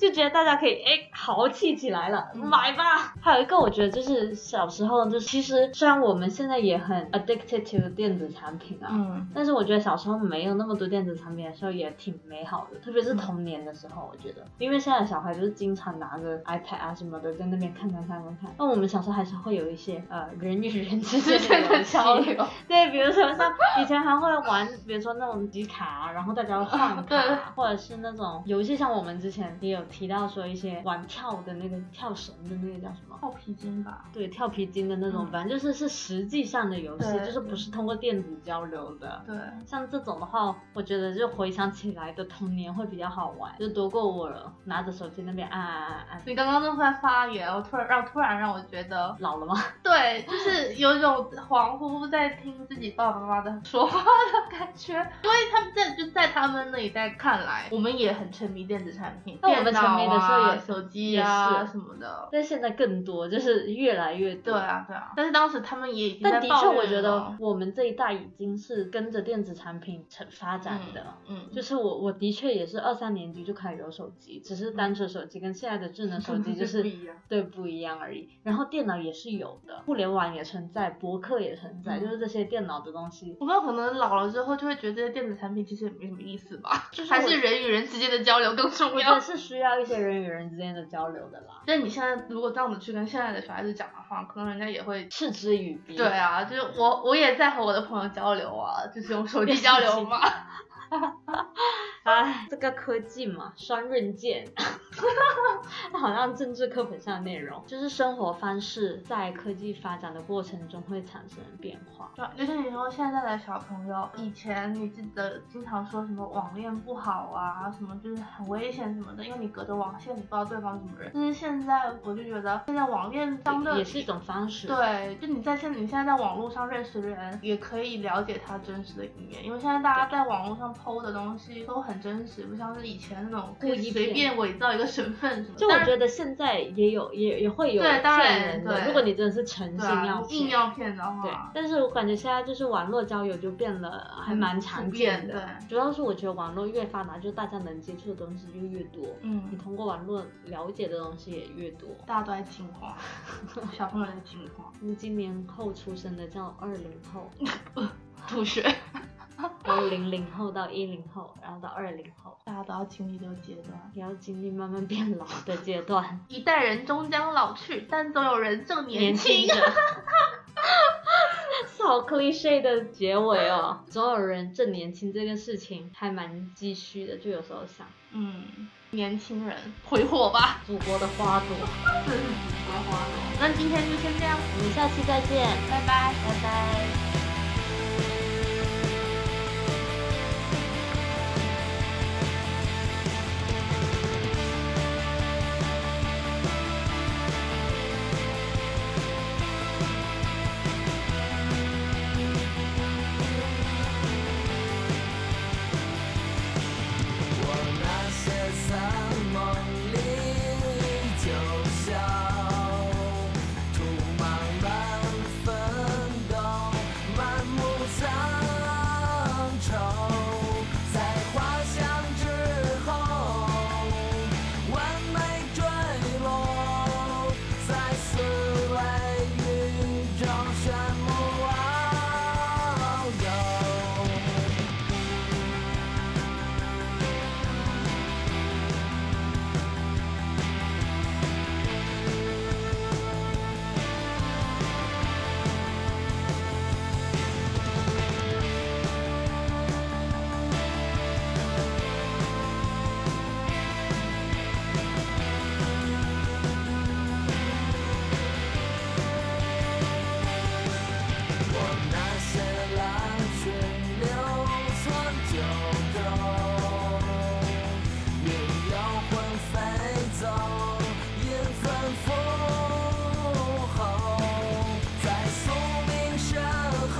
Speaker 2: 就觉得大家可以哎豪气起来了，
Speaker 1: 嗯
Speaker 2: 买吧。还有一个我觉得就是小时候，就其实虽然我们现在也很 addicted to 电子产品 啊，
Speaker 1: 嗯，
Speaker 2: 但是我觉得小时候没有那么多电子产品的时候也挺美好的，特别
Speaker 1: 嗯
Speaker 2: 是童年的时候，我觉得，因为现在的小孩就是经常拿着 iPad 啊什么的在那边看看看看看，那我们小时候还是会有一些呃人与人之
Speaker 1: 之
Speaker 2: 间
Speaker 1: 间
Speaker 2: 的游
Speaker 1: 的
Speaker 2: 戏，
Speaker 1: 交流。
Speaker 2: 对，比如说像以前还会玩，比如说那种集卡啊，然后大家 会换
Speaker 1: 对
Speaker 2: 卡，或者是那种游戏，像我们之前也有提到说一些玩跳的那个跳绳的那个叫什么？
Speaker 1: 泡皮筋吧。
Speaker 2: 对，跳皮筋的那种，
Speaker 1: 嗯
Speaker 2: 反正就是是实际上的游戏，
Speaker 1: 对
Speaker 2: 就是不是通过电子交流的。
Speaker 1: 对，
Speaker 2: 像这种的话，我觉得就回想起来的童年会比较好玩，就多过我拿着手机那边按按按按按，
Speaker 1: 你刚刚那番发言，我突然让突然让我觉得，
Speaker 2: 老了吗？
Speaker 1: 对，就是有一种恍惚在听自己爸爸妈妈的说话的感觉，因为他们在就在他们那一代看来，我们也很沉迷电子产品，
Speaker 2: 那我们沉迷的时候
Speaker 1: 电
Speaker 2: 也
Speaker 1: 脑啊手机啊
Speaker 2: 也是
Speaker 1: 什么的。
Speaker 2: 但现在更多就是越来越多。
Speaker 1: 对。啊，对啊，但是当时他们也已经在
Speaker 2: 但的
Speaker 1: 抱
Speaker 2: 确，
Speaker 1: 怨了。
Speaker 2: 我觉得我们这一代已经是跟着电子产品成发展的。
Speaker 1: 嗯，
Speaker 2: 就是我，我的确也是二三年级就开始有手机，只是单纯手机跟现在的智能手 机就是
Speaker 1: 不一样
Speaker 2: 对不一样而已。然后电脑也是有的，互联网也存在，博客也存在，
Speaker 1: 嗯
Speaker 2: 就是这些电脑的东西
Speaker 1: 我们可能老了之后就会觉得这些电子产品其实也没什么意思吧，
Speaker 2: 就是
Speaker 1: 还
Speaker 2: 我
Speaker 1: 是人与人之间的交流更重
Speaker 2: 我
Speaker 1: 要
Speaker 2: 觉得。是需要一些人与人之间的交流的啦，
Speaker 1: 那你现在如果这样子去跟现在的小孩子讲的话，可能人家也会。
Speaker 2: 嗤之以鼻。
Speaker 1: 对，啊，就是我我也在和我的朋友交流啊，就是用 手机交流嘛。
Speaker 2: 哎，这个科技嘛，双刃剑， 那好像政治课本上的内容，就是生活方式在科技发展的过程中会产生变化。
Speaker 1: 对，就是你说现在的小朋友，以前你记得经常说什么网恋不好啊，什么就是很危险什么的，因为你隔着网线你不知道对方是什么人。但是现在我就觉得，现在网恋相对
Speaker 2: 也是一种方式。，
Speaker 1: 对，就你在现你现在在网络上认识人，也可以了解他真实的一面，因为现在大家在网络上剖的东西都很真实，不像是以前那种可
Speaker 2: 故
Speaker 1: 以
Speaker 2: 意
Speaker 1: 随
Speaker 2: 骗
Speaker 1: 便伪造一个身份什么的。
Speaker 2: 就
Speaker 1: 当
Speaker 2: 我
Speaker 1: 然
Speaker 2: 觉得现在也有也也会有
Speaker 1: 对当然
Speaker 2: 骗人的，
Speaker 1: 对
Speaker 2: 如果你真的是诚
Speaker 1: 对
Speaker 2: 心
Speaker 1: 啊，
Speaker 2: 要
Speaker 1: 你硬
Speaker 2: 骗。
Speaker 1: 要骗的
Speaker 2: 对
Speaker 1: 话，，
Speaker 2: 但是我感觉现在就是网络交友就变得还蛮常见
Speaker 1: 嗯
Speaker 2: 的，
Speaker 1: 普遍对
Speaker 2: 主要是我觉得网络越发达，就大家能接触的东西就越多，你
Speaker 1: 嗯，
Speaker 2: 通过网络了解的东西也越多。
Speaker 1: 大家都在进化， 小朋友在进化，
Speaker 2: 那今年后出生的叫二零后，
Speaker 1: 吐血。
Speaker 2: 我零零后到一零后，然后到二零后，
Speaker 1: 大家都要经历这个阶段。。
Speaker 2: 也要经历慢慢变老的阶段
Speaker 1: 一代人终将老去，但总有人正年
Speaker 2: 年轻
Speaker 1: 轻。
Speaker 2: 人，是 好 cliche 的结尾哦。总有人正年轻这个事情还蛮唏嘘的，就有时候想，
Speaker 1: 嗯，年轻人挥霍吧，
Speaker 2: 祖国的花朵，
Speaker 1: 真是菊花花。那今天就先这样，
Speaker 2: 我们下期再见，
Speaker 1: 拜拜，拜拜。
Speaker 5: 我那些在梦里就笑，途漫漫奋斗，满目苍愁，在花香之后，完美坠落，在思维宇宙炫目遨游。我那些来去留存就够，云游魂飞走，云纷复后，在宿命身后，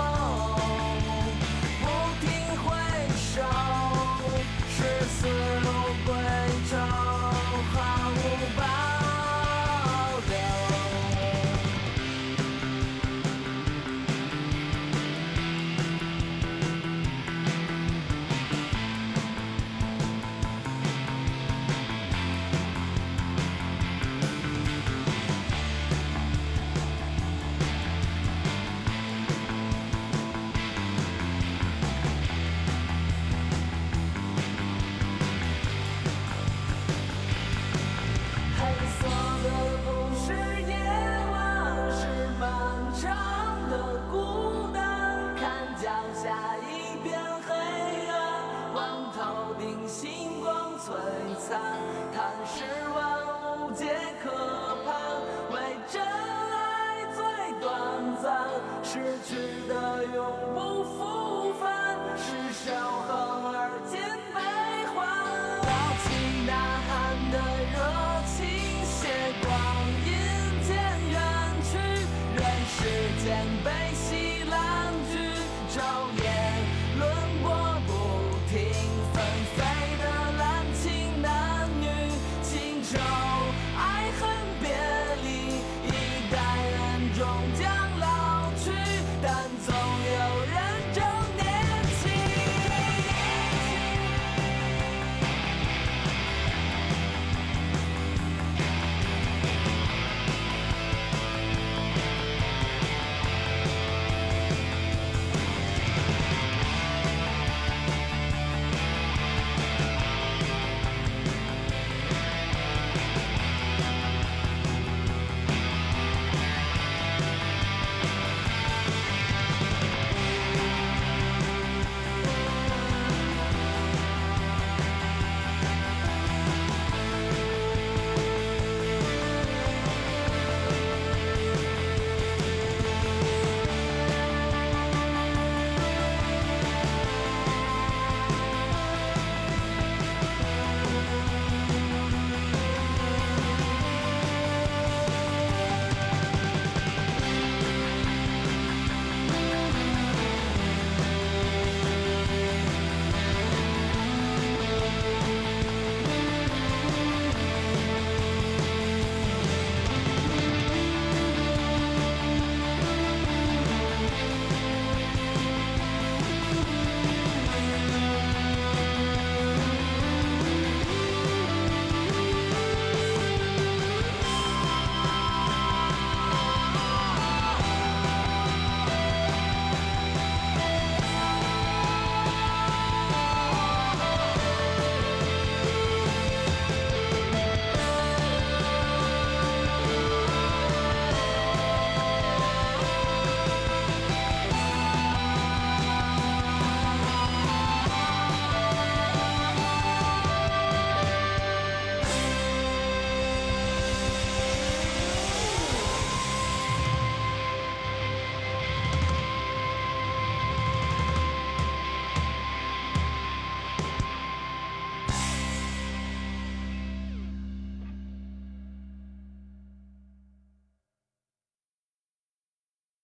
Speaker 5: 不停回首，是死路归舟，毫无保留。黑色的不是夜晚，是漫长的孤单。看脚下一片黑暗，望头顶星光璀璨，叹世万物皆可盼，为真爱最短暂，失去。